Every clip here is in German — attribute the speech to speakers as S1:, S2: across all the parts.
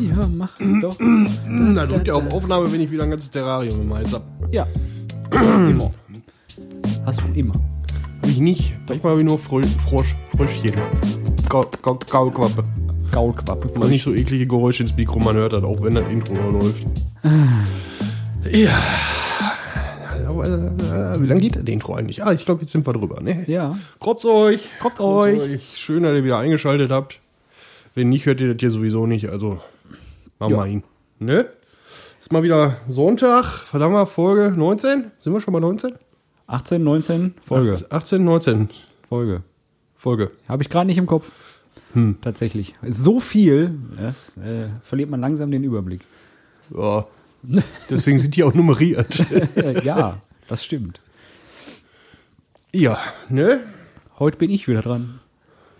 S1: Ja, mach doch.
S2: Hm, Da drückt ihr auf Aufnahme, wenn ich wieder ein ganzes Terrarium im Hals habe.
S1: Ja. immer. Hast du immer.
S2: Hab ich nicht. Manchmal habe ich nur Frosch, Frosch, Fröschchen. Kau- Kau- Kaulquappe.
S1: Gaulquappe.
S2: Mach nicht so eklige Geräusche ins Mikro, man hört das, auch wenn das Intro noch läuft. Ja. Aber, äh, Wie lange geht das Intro eigentlich? Ah, ich glaube, jetzt sind wir drüber, ne?
S1: Ja.
S2: Kropft's euch!
S1: Kropft's
S2: Kropft's
S1: euch.
S2: Schön, dass ihr wieder eingeschaltet habt. Wenn nicht, hört ihr das hier sowieso nicht, also machen
S1: Ja.
S2: wir ihn. Ne? Ist mal wieder Sonntag, verdammt, mal, Folge 19? Sind wir schon bei 19?
S1: 18, 19, Folge.
S2: 18, 19.
S1: Folge.
S2: Folge.
S1: Habe ich gerade nicht im Kopf.
S2: Hm.
S1: Tatsächlich. So viel, das, äh, verliert man langsam den Überblick.
S2: Ja. Deswegen sind die auch nummeriert.
S1: Äh, ja, das stimmt.
S2: ja, ne?
S1: Heute bin ich wieder dran.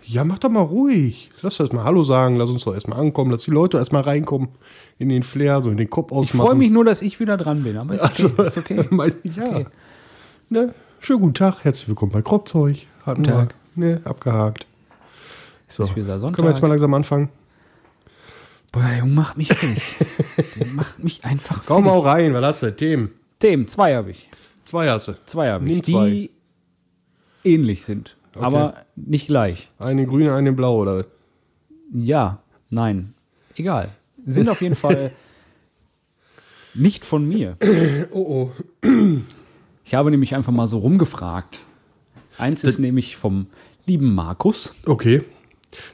S2: Ja, mach doch mal ruhig. Lass das mal Hallo sagen, lass uns doch erstmal ankommen, lass die Leute erstmal reinkommen in den Flair, so in den Kopf
S1: Ich
S2: ausmachen.
S1: freue mich nur, dass ich wieder dran bin, aber ist okay.
S2: Also,
S1: ist okay.
S2: mein- ja.
S1: okay.
S2: Ne? Schönen guten Tag, herzlich willkommen bei Kropzeug. Hatten
S1: Guten Tag.
S2: Wir. Ne? Abgehakt. So.
S1: ist wieder Sonntag.
S2: Können wir jetzt mal langsam anfangen?
S1: Boah, Junge, mach mich fertig. Der macht mich einfach
S2: Komm
S1: fertig.
S2: auch rein, was hast du? Themen.
S1: Themen, zwei habe ich.
S2: Zwei hast du.
S1: Zwei habe ich.
S2: Nimm zwei.
S1: Die ähnlich sind, aber nicht gleich.
S2: Eine grüne, eine blaue, oder? was?
S1: Ja, nein. Egal. Sind auf jeden Fall nicht von mir.
S2: Oh, oh.
S1: Ich habe nämlich einfach mal so rumgefragt. Eins ist nämlich vom lieben Markus.
S2: Okay.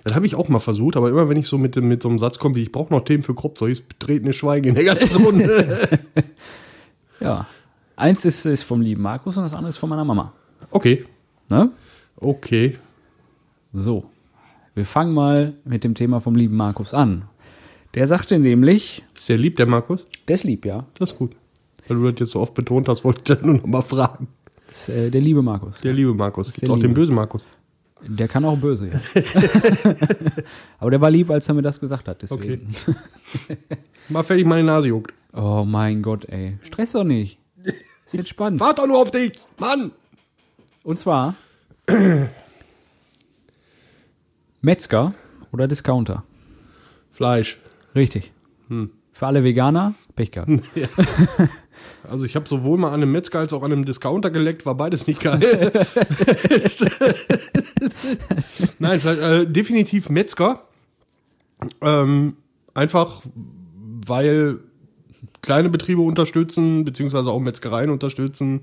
S2: Das habe ich auch mal versucht, aber immer wenn ich so mit, dem- mit so einem Satz komme, wie ich brauche noch Themen für Kropzeug, ist betretenes Schweigen in der ganzen Runde.
S1: Ja. Eins ist, ist vom lieben Markus und das andere ist von meiner Mama.
S2: okay.
S1: Ne?
S2: Okay.
S1: So. Wir fangen mal mit dem Thema vom lieben Markus an. Der sagte nämlich,
S2: Ist der lieb, der Markus?
S1: der ist lieb, ja.
S2: Das ist gut. Weil du das jetzt so oft betont hast, wollte ich dann nur noch mal fragen.
S1: Das ist, äh, der liebe Markus.
S2: Der liebe Markus.
S1: der
S2: Gibt's auch den
S1: liebe.
S2: bösen Markus.
S1: Der kann auch böse, ja. Aber der war lieb, als er mir das gesagt hat. Deswegen.
S2: Mal fertig, meine Nase juckt.
S1: Oh mein Gott, ey. Stress doch nicht. Ist jetzt spannend.
S2: Warte doch nur auf dich, Mann!
S1: Und zwar Metzger oder Discounter.
S2: Fleisch.
S1: Richtig. Für alle Veganer, Pech gehabt.
S2: Also ich habe sowohl mal an einem Metzger als auch an einem Discounter geleckt, war beides nicht geil. Nein, vielleicht äh, definitiv Metzger. Ähm, einfach, weil kleine Betriebe unterstützen, beziehungsweise auch Metzgereien unterstützen.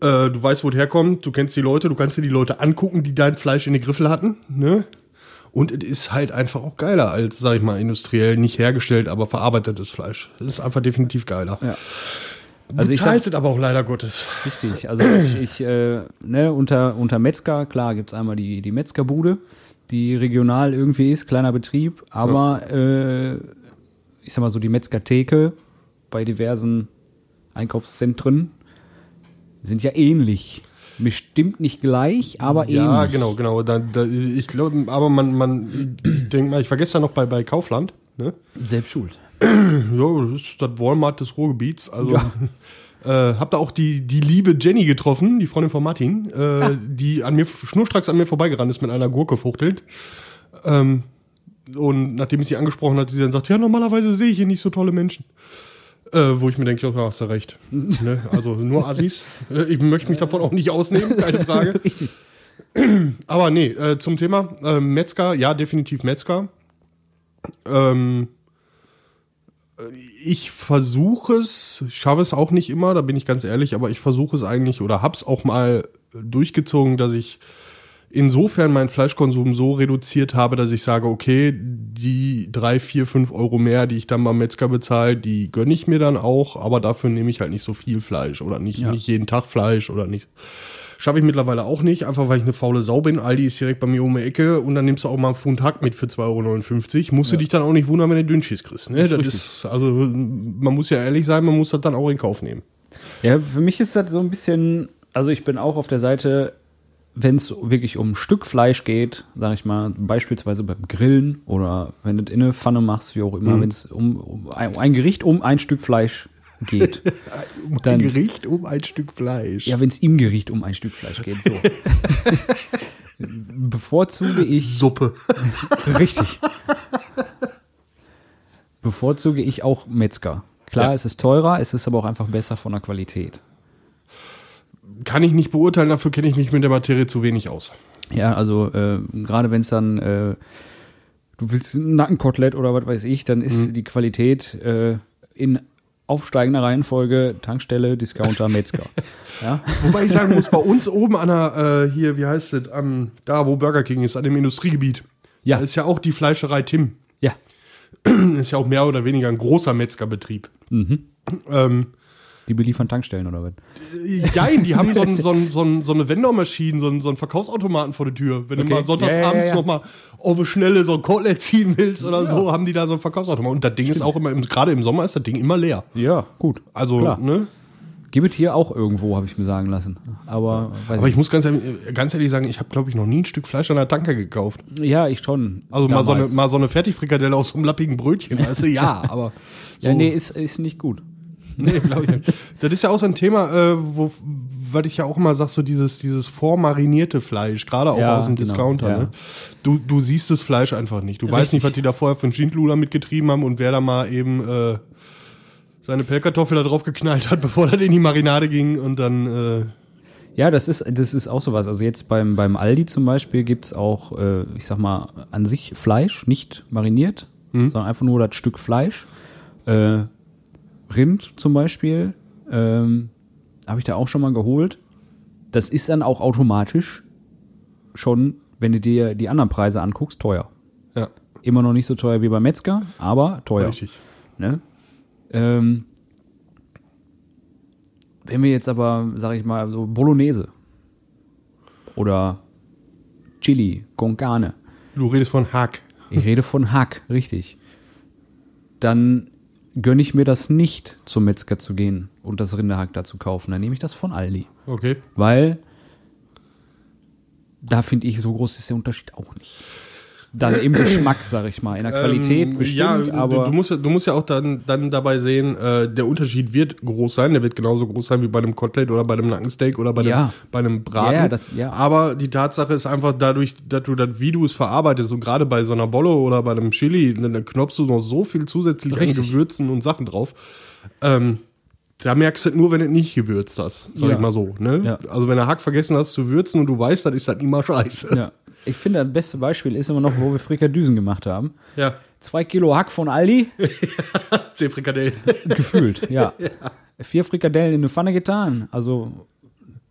S2: Äh, du weißt, wo es herkommt, du kennst die Leute, du kannst dir die Leute angucken, die dein Fleisch in die Griffel hatten. Ne? Und es ist halt einfach auch geiler als, sag ich mal, industriell nicht hergestellt, aber verarbeitetes Fleisch. Es ist einfach definitiv geiler.
S1: Ja. Also ich sag
S2: Bezahlt es aber auch leider Gottes.
S1: richtig. Also ich, ich äh, ne, unter, unter Metzger, klar, gibt's einmal die, die Metzgerbude, die regional irgendwie ist, kleiner Betrieb, aber äh, ich sag mal so, die Metzgertheke bei diversen Einkaufszentren sind ja ähnlich. Bestimmt nicht gleich, aber
S2: Ja,
S1: ähnlich.
S2: genau, genau. Da, da, ich glaube, aber man, man, ich denke mal, ich war gestern noch bei, bei Kaufland. Ne?
S1: Selbst schuld.
S2: Ja, das ist das Walmart des Ruhrgebiets. Also äh, hab da auch die, die liebe Jenny getroffen, die Freundin von Martin, äh, die an mir schnurstracks an mir vorbeigerannt ist mit einer Gurke fuchtelt. Ähm, und nachdem ich sie angesprochen hat, sie dann sagt, ja, normalerweise sehe ich hier nicht so tolle Menschen. Äh, wo ich mir denke, ja, hast du recht. ne? Also nur Assis. Äh, Ich möchte mich davon auch nicht ausnehmen, keine Frage. Aber nee, äh, zum Thema äh, Metzger, ja, definitiv Metzger. Ähm, äh, ich versuche es, ich schaffe es auch nicht immer, da bin ich ganz ehrlich, aber ich versuche es eigentlich oder hab's auch mal durchgezogen, dass ich insofern meinen Fleischkonsum so reduziert habe, dass ich sage, okay, die drei, vier, fünf Euro mehr, die ich dann beim Metzger bezahle, die gönne ich mir dann auch, aber dafür nehme ich halt nicht so viel Fleisch oder nicht,
S1: Ja.
S2: nicht jeden Tag Fleisch oder nicht. Schaffe ich mittlerweile auch nicht, einfach weil ich eine faule Sau bin. Aldi ist direkt bei mir um die Ecke und dann nimmst du auch mal einen Pfund Hack mit für 2,59 Euro. Musst du dich dann auch nicht wundern, wenn du Dünnschiss kriegst. Ne? Das ist, also man muss ja ehrlich sein, man muss das dann auch in Kauf nehmen.
S1: Ja, für mich ist das so ein bisschen, also ich bin auch auf der Seite, wenn es wirklich um ein Stück Fleisch geht, sage ich mal, beispielsweise beim Grillen oder wenn du es in eine Pfanne machst, wie auch immer, wenn es um, um, ein, um ein Gericht um ein Stück Fleisch geht.
S2: Um
S1: Dann-
S2: Gericht, um ein Stück Fleisch.
S1: ja, wenn es im Gericht um ein Stück Fleisch geht, so. Bevorzuge ich
S2: Suppe.
S1: Richtig. bevorzuge ich auch Metzger. Klar,
S2: Ja.
S1: es ist teurer, es ist aber auch einfach besser von der Qualität.
S2: Kann ich nicht beurteilen, dafür kenne ich mich mit der Materie zu wenig aus.
S1: Ja, also äh, gerade wenn es dann, äh, du willst ein Nackenkotelett oder was weiß ich, dann
S2: Mhm.
S1: ist die Qualität äh, in aufsteigender Reihenfolge Tankstelle, Discounter, Metzger. ja?
S2: Wobei ich sagen muss, bei uns oben an der, äh, hier, wie heißt es, am, da wo Burger King ist, an dem Industriegebiet,
S1: Ja.
S2: da ist ja auch die Fleischerei Tim.
S1: ja,
S2: Ist ja auch mehr oder weniger ein großer Metzgerbetrieb. Ähm,
S1: die beliefern Tankstellen oder was?
S2: äh, jein, die haben so, ein, so, ein, so, ein, so eine Vendormaschine, so einen so einen Verkaufsautomaten vor der Tür. Wenn
S1: Okay.
S2: du mal sonntagsabends
S1: Ja, ja, ja, ja.
S2: nochmal auf eine Schnelle so ein Kotelett ziehen willst oder so, haben die da so einen Verkaufsautomaten. Und das Ding ist auch immer, im, gerade im Sommer ist das Ding immer leer.
S1: Ja, gut.
S2: Also,
S1: Klar.
S2: ne?
S1: Gibt es hier auch irgendwo, habe ich mir sagen lassen. Aber, weiß
S2: Aber ich muss ganz ehrlich, ganz ehrlich sagen, ich habe, glaube ich, noch nie ein Stück Fleisch an der Tanke gekauft.
S1: nicht. ja, ich schon.
S2: Also mal so, eine,
S1: damals.
S2: mal so eine Fertigfrikadelle aus so einem lappigen Brötchen, weißt du, ja, aber so,
S1: Ja, nee, ist, ist nicht gut.
S2: nee, glaub ich nicht. Das ist ja auch so ein Thema, äh, wo, was ich ja auch immer sag, so dieses, dieses vormarinierte Fleisch, gerade auch
S1: Ja,
S2: aus dem
S1: genau,
S2: Discounter,
S1: ja.
S2: ne? du, du siehst das Fleisch einfach nicht. Du weißt nicht, was die da vorher für einen Schindluder mitgetrieben haben und wer da mal eben äh, seine Pellkartoffel da drauf geknallt hat, bevor das in die Marinade ging und dann, äh,
S1: Ja, das ist, das ist auch sowas. Also jetzt beim, beim Aldi zum Beispiel gibt's auch, äh, ich sag mal, an sich Fleisch, nicht mariniert, sondern einfach nur das Stück Fleisch. Äh, Rind zum Beispiel, ähm, habe ich da auch schon mal geholt. Das ist dann auch automatisch schon, wenn du dir die anderen Preise anguckst, teuer.
S2: ja,
S1: Immer noch nicht so teuer wie beim Metzger, aber teuer.
S2: richtig.
S1: Ne? Ähm, wenn wir jetzt aber, sag ich mal, so Bolognese oder Chili con carne,
S2: Du redest von Hack.
S1: ich rede von Hack, richtig, dann gönne ich mir das nicht, zum Metzger zu gehen und das Rinderhack da zu kaufen. Dann nehme ich das von Aldi.
S2: Okay.
S1: Weil da finde ich, so groß ist der Unterschied auch nicht. Dann im Geschmack, sag ich mal. In der Qualität
S2: Ähm,
S1: bestimmt,
S2: ja,
S1: aber.
S2: Du, du, musst, ja- du musst ja auch dann, dann dabei sehen, äh, der Unterschied wird groß sein. Der wird genauso groß sein wie bei einem Kotelett oder bei einem Nackensteak oder bei,
S1: Ja.
S2: dem, bei einem Braten.
S1: Ja, ja, das- ja.
S2: Aber die Tatsache ist einfach dadurch, dass du das, wie du es verarbeitest, und gerade bei so einer Bollo oder bei einem Chili, dann dann knopfst du noch so viel zusätzlich an
S1: Richtig.
S2: Gewürzen und Sachen drauf. Ähm, da merkst du es nur, wenn du es nicht gewürzt hast, sag
S1: Ja.
S2: ich mal so. Ne?
S1: Ja.
S2: Also wenn du Hack vergessen hast zu würzen und du weißt, das ist dann immer scheiße.
S1: Ja. Ich finde, das beste Beispiel ist immer noch, wo wir Frikadüsen gemacht haben.
S2: Ja,
S1: Zwei Kilo Hack von Aldi,
S2: C-Frikadellen.
S1: gefühlt, ja. Vier Frikadellen in eine Pfanne getan, also,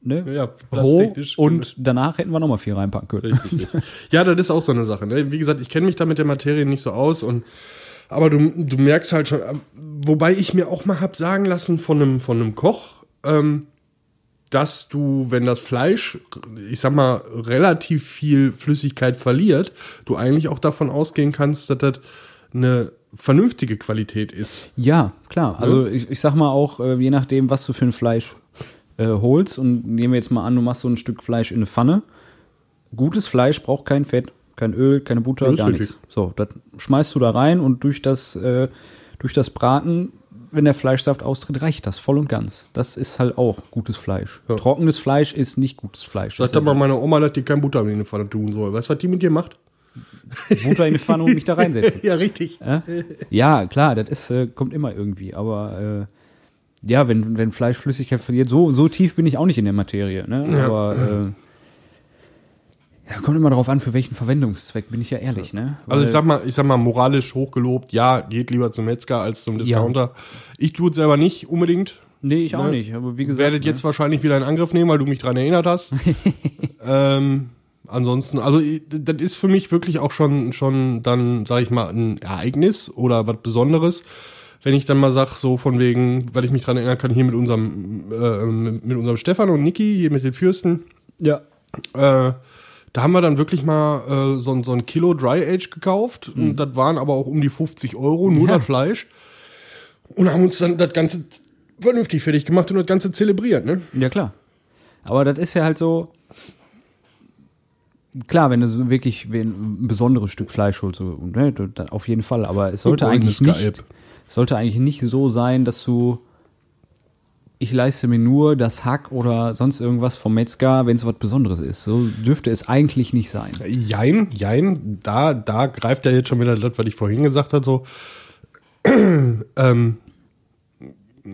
S1: ne?
S2: Ja,
S1: Roh
S2: platztechnisch.
S1: und danach hätten wir nochmal vier reinpacken können.
S2: Richtig. ja, das ist auch so eine Sache. Ne? Wie gesagt, ich kenne mich da mit der Materie nicht so aus und aber du, du merkst halt schon, wobei ich mir auch mal hab sagen lassen von einem, von einem Koch, ähm, dass du, wenn das Fleisch, ich sag mal, relativ viel Flüssigkeit verliert, du eigentlich auch davon ausgehen kannst, dass das eine vernünftige Qualität ist.
S1: Ja,
S2: Ne?
S1: klar. Also ich, ich sag mal auch, äh, je nachdem, was du für ein Fleisch äh, holst und nehmen wir jetzt mal an, du machst so ein Stück Fleisch in eine Pfanne. Gutes Fleisch braucht kein Fett, kein Öl, keine Butter,
S2: Das ist
S1: gar
S2: richtig.
S1: nichts. So, das schmeißt du da rein und durch das, äh, durch das Braten, wenn der Fleischsaft austritt, reicht das voll und ganz. Das ist halt auch gutes Fleisch.
S2: Ja.
S1: Trockenes Fleisch ist nicht gutes Pfanne.
S2: Sag doch mal meiner Oma, dass die kein Butter in die Pfanne tun soll. Weißt du, was die mit dir macht?
S1: Butter in die Pfanne und mich da reinsetzen.
S2: Ja, richtig.
S1: Ja? Ja, klar, das ist, äh, kommt immer irgendwie, aber äh, ja, wenn, wenn Fleisch Flüssigkeit verliert, so, so tief bin ich auch nicht in der Materie, ne? Aber äh, ja, kommt immer darauf an, für welchen Verwendungszweck, bin ich ja ehrlich, ne?
S2: Also ich sag mal, ich sag mal moralisch hochgelobt, ja, geht lieber zum Metzger als zum Discounter. Ich tue es selber nicht unbedingt.
S1: nee, ich auch
S2: ne,
S1: nicht, aber wie gesagt.
S2: Werdet
S1: ne?
S2: jetzt wahrscheinlich wieder in Angriff nehmen, weil du mich dran erinnert hast. ähm, ansonsten, also ich- das ist für mich wirklich auch schon schon dann sage ich mal ein Ereignis oder was Besonderes. Wenn ich dann mal sag, so von wegen, weil ich mich dran erinnern kann, hier mit unserem, äh, mit unserem Stefan und Niki, hier mit den Fürsten,
S1: Ja.
S2: äh, da haben wir dann wirklich mal äh, so, ein- so ein Kilo Dry Age gekauft. Und das waren aber auch um die 50 Euro, nur
S1: Ja.
S2: das Fleisch. Und haben uns dann das Ganze z- vernünftig fertig gemacht und das Ganze zelebriert, ne?
S1: Ja, klar. Aber das ist ja halt so. Klar, wenn du so wirklich wen- ein besonderes Stück Fleisch holst, so, ne, dann auf jeden Fall. Aber es sollte eigentlich
S2: Goldenes
S1: nicht,
S2: Kalb.
S1: es sollte eigentlich nicht so sein, dass du, ich leiste mir nur das Hack oder sonst irgendwas vom Metzger, wenn es was Besonderes ist. So dürfte es eigentlich nicht sein.
S2: Jein, jein, da, da greift ja jetzt schon wieder das, was ich vorhin gesagt habe, so. ähm,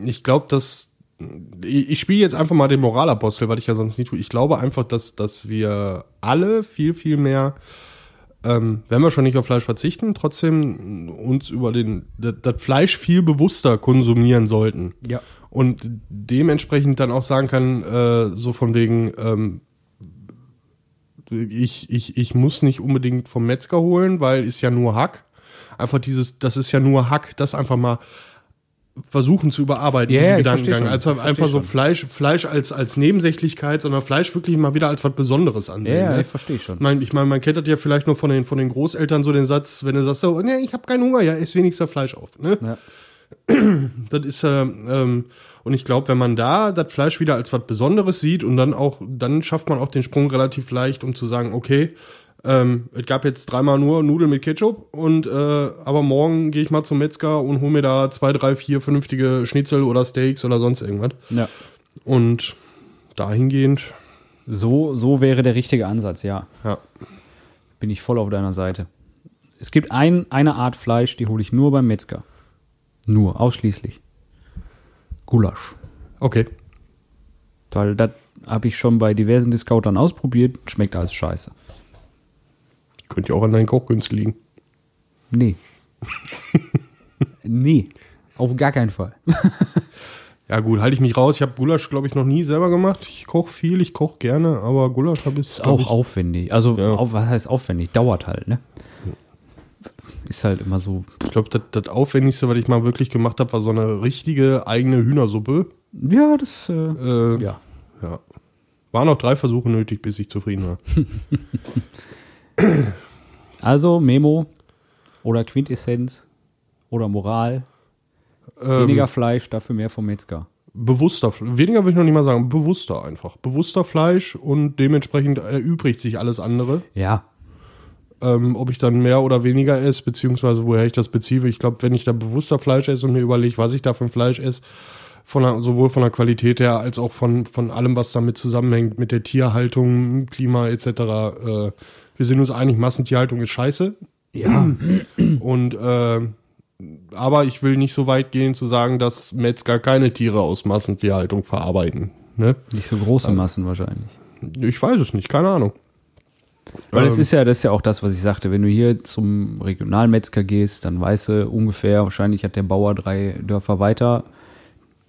S2: ich glaube, dass ich spiele jetzt einfach mal den Moralapostel, weil ich ja sonst nie tue. Ich glaube einfach, dass, dass wir alle viel, viel mehr, ähm, wenn wir schon nicht auf Fleisch verzichten, trotzdem uns über den, das, das Fleisch viel bewusster konsumieren sollten.
S1: Ja.
S2: Und dementsprechend dann auch sagen kann, äh, so von wegen, ähm, ich, ich, ich muss nicht unbedingt vom Metzger holen, weil ist ja nur Hack. Einfach dieses, das ist ja nur Hack, das einfach mal versuchen zu überarbeiten,
S1: Ja, ja,
S2: diesen
S1: ich verstehe
S2: Gedankengang.
S1: schon.
S2: Also
S1: Ich verstehe
S2: einfach so
S1: schon.
S2: Fleisch, Fleisch als, als Nebensächlichkeit, sondern Fleisch wirklich mal wieder als was Besonderes ansehen.
S1: Ja,
S2: ne?
S1: ich verstehe schon.
S2: Ich meine, ich meine, man kennt das ja vielleicht nur von den, von den Großeltern so den Satz, wenn du sagst, so, nee, ich habe keinen Hunger, ja, ess wenigstens Fleisch auf. Ne?
S1: Ja.
S2: Das ist äh, ähm, und ich glaube, wenn man da das Fleisch wieder als was Besonderes sieht und dann auch, dann schafft man auch den Sprung relativ leicht, um zu sagen, okay, ähm, es gab jetzt dreimal nur Nudeln mit Ketchup und äh, aber morgen gehe ich mal zum Metzger und hole mir da zwei, drei, vier vernünftige Schnitzel oder Steaks oder sonst irgendwas.
S1: Ja.
S2: Und dahingehend,
S1: So, so wäre der richtige Ansatz, ja.
S2: ja.
S1: Bin ich voll auf deiner Seite. Es gibt ein, eine Art Fleisch, die hole ich nur beim Metzger. Nur, ausschließlich. Gulasch.
S2: Okay.
S1: Weil das habe ich schon bei diversen Discountern ausprobiert, schmeckt alles scheiße.
S2: Könnte ja auch an deinen Kochkünsten liegen.
S1: Nee. nee. Auf gar keinen Fall.
S2: Ja gut, halte ich mich raus. Ich habe Gulasch, glaube ich, noch nie selber gemacht. Ich koche viel, ich koche gerne, aber Gulasch habe ich
S1: Ist auch aufwendig. Also,
S2: Ja.
S1: auf, was heißt aufwendig? Dauert halt, ne? Ist halt immer so.
S2: Ich glaube, das, das Aufwendigste, was ich mal wirklich gemacht habe, war so eine richtige eigene Hühnersuppe.
S1: Ja, das. Äh,
S2: Äh,
S1: ja.
S2: ja. Waren noch drei Versuche nötig, bis ich zufrieden war.
S1: Also, Memo oder Quintessenz oder Moral. Weniger
S2: Ähm,
S1: Fleisch, dafür mehr vom Metzger.
S2: bewusster, Fle- weniger würde ich noch nicht mal sagen, bewusster einfach. Bewusster Fleisch und dementsprechend erübrigt sich alles andere.
S1: Ja.
S2: Ähm, ob ich dann mehr oder weniger esse, beziehungsweise woher ich das beziehe. Ich glaube, wenn ich da bewusster Fleisch esse und mir überlege, was ich da für ein Fleisch esse, von der, sowohl von der Qualität her als auch von, von allem, was damit zusammenhängt, mit der Tierhaltung, Klima etc. Äh, wir sind uns einig, Massentierhaltung ist scheiße.
S1: Ja.
S2: Und äh, aber ich will nicht so weit gehen zu sagen, dass Metzger keine Tiere aus Massentierhaltung verarbeiten. Ne?
S1: Nicht so große Massen wahrscheinlich.
S2: Ich weiß es nicht, keine Ahnung.
S1: Weil es
S2: Ähm.
S1: ist ja, das ist ja auch das, was ich sagte. Wenn du hier zum Regionalmetzger gehst, dann weißt du ungefähr, wahrscheinlich hat der Bauer drei Dörfer weiter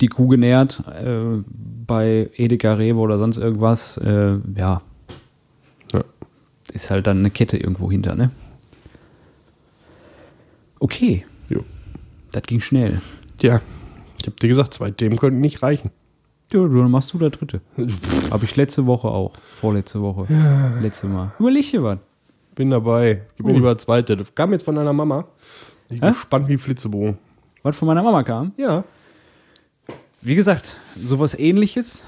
S1: die Kuh genährt. Äh, bei Edeka Rewe oder sonst irgendwas. Äh, ja.
S2: Ja.
S1: Ist halt dann eine Kette irgendwo hinter, ne? Okay,
S2: Jo.
S1: das ging schnell.
S2: Tja, ich habe dir gesagt, zwei Themen könnten nicht reichen.
S1: Ja, dann machst du der dritte. Habe ich letzte Woche auch. Vorletzte Woche. Letzte Mal. Überleg dir was.
S2: Bin dabei. Gib mir
S1: Gut.
S2: lieber zweite. Das kam jetzt von deiner Mama. Ich bin
S1: Hä?
S2: gespannt wie Flitzebogen.
S1: Was von meiner Mama kam.
S2: Ja.
S1: Wie gesagt, sowas ähnliches.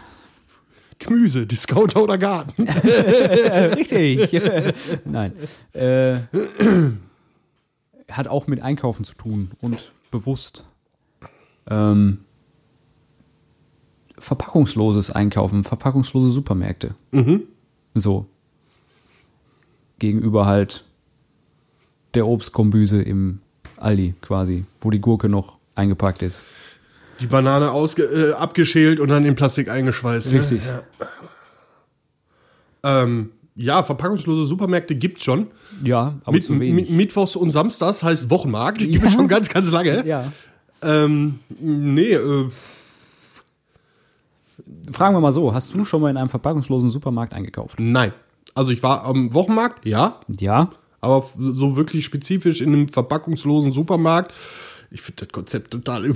S2: Gemüse, Discounter oder Garten.
S1: Äh, richtig. Nein. Äh, hat auch mit Einkaufen zu tun und bewusst. Ähm, verpackungsloses Einkaufen, verpackungslose Supermärkte.
S2: Mhm.
S1: So. Gegenüber halt der Obstkombüse im Aldi quasi, wo die Gurke noch eingepackt ist.
S2: Die Banane ausge äh, abgeschält und dann in Plastik eingeschweißt. ne?
S1: Richtig.
S2: Ähm, ja, verpackungslose Supermärkte gibt's schon.
S1: Ja, aber
S2: Mit,
S1: zu wenig.
S2: mit, Mittwochs und Samstags heißt Wochenmarkt. Die gibt es schon ganz, ganz lange.
S1: ja.
S2: Ähm, nee, äh,
S1: Fragen wir mal so, hast du schon mal in einem verpackungslosen Supermarkt eingekauft?
S2: nein. Also ich war am Wochenmarkt, ja,
S1: Ja.
S2: aber f- so wirklich spezifisch in einem verpackungslosen Supermarkt. Ich finde das Konzept total.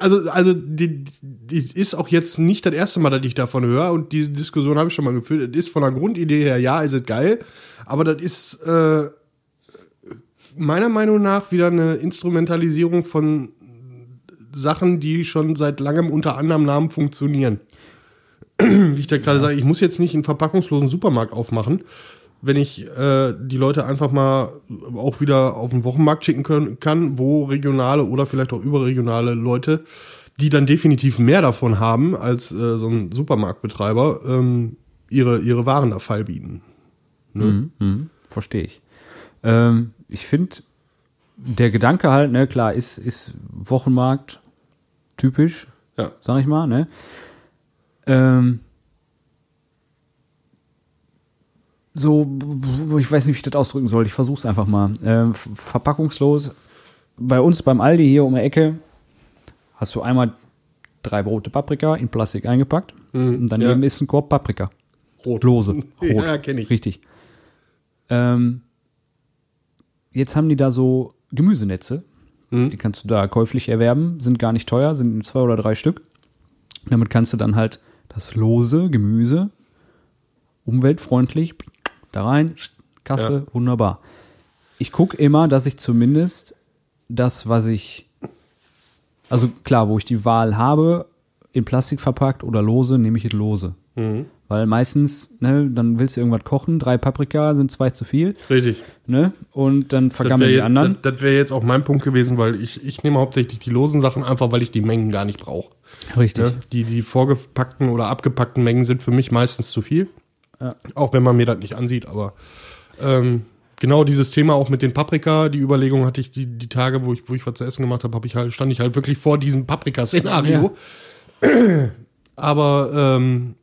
S2: Also, also die, die ist auch jetzt nicht das erste Mal, dass ich davon höre. Und diese Diskussion habe ich schon mal geführt. Es ist von der Grundidee her, ja, ist es geil. Aber das ist äh, meiner Meinung nach wieder eine Instrumentalisierung von Sachen, die schon seit langem unter anderem Namen funktionieren. Wie ich da gerade sage, ich muss jetzt nicht einen verpackungslosen Supermarkt aufmachen, wenn ich äh, die Leute einfach mal auch wieder auf den Wochenmarkt schicken können, kann, wo regionale oder vielleicht auch überregionale Leute, die dann definitiv mehr davon haben als äh, so ein Supermarktbetreiber, ähm, ihre, ihre Waren da feilbieten.
S1: Mhm. Verstehe ich. Ähm, ich finde, der Gedanke halt, ne, klar, ist, ist Wochenmarkt typisch,
S2: Ja.
S1: sag ich mal, ne? Ähm, so, ich weiß nicht, wie ich das ausdrücken soll. Ich versuch's einfach mal. Ähm, f- verpackungslos. Bei uns beim Aldi hier um die Ecke hast du einmal drei Brote Paprika in Plastik eingepackt und daneben
S2: Mhm, ja.
S1: ist ein Korb Paprika. Rot. Lose. Rot.
S2: Ja, kenn ich.
S1: Richtig. Ähm, jetzt haben die da so Gemüsenetze.
S2: Mhm.
S1: Die kannst du da käuflich erwerben, sind gar nicht teuer, sind zwei oder drei Stück. Damit kannst du dann halt das lose Gemüse umweltfreundlich da rein, Kasse, wunderbar. Ich gucke immer, dass ich zumindest das, was ich, also klar, wo ich die Wahl habe, in Plastik verpackt oder lose, nehme ich es lose.
S2: Mhm.
S1: Weil meistens, ne, dann willst du irgendwas kochen, drei Paprika sind zwei zu viel,
S2: Richtig.
S1: ne? Und dann
S2: Das
S1: vergammeln die
S2: wäre
S1: anderen.
S2: das, das wär jetzt auch mein Punkt gewesen, weil ich, ich nehme hauptsächlich die losen Sachen einfach, weil ich die Mengen gar nicht brauche.
S1: Richtig.
S2: Ne? Die, die vorgepackten oder abgepackten Mengen sind für mich meistens zu viel.
S1: Ja.
S2: Auch wenn man mir das nicht ansieht, aber ähm, genau dieses Thema auch mit den Paprika, die Überlegung hatte ich die, die Tage, wo ich, wo ich was zu essen gemacht habe, hab ich halt, stand ich halt wirklich vor diesem Paprika-Szenario. Aber ähm,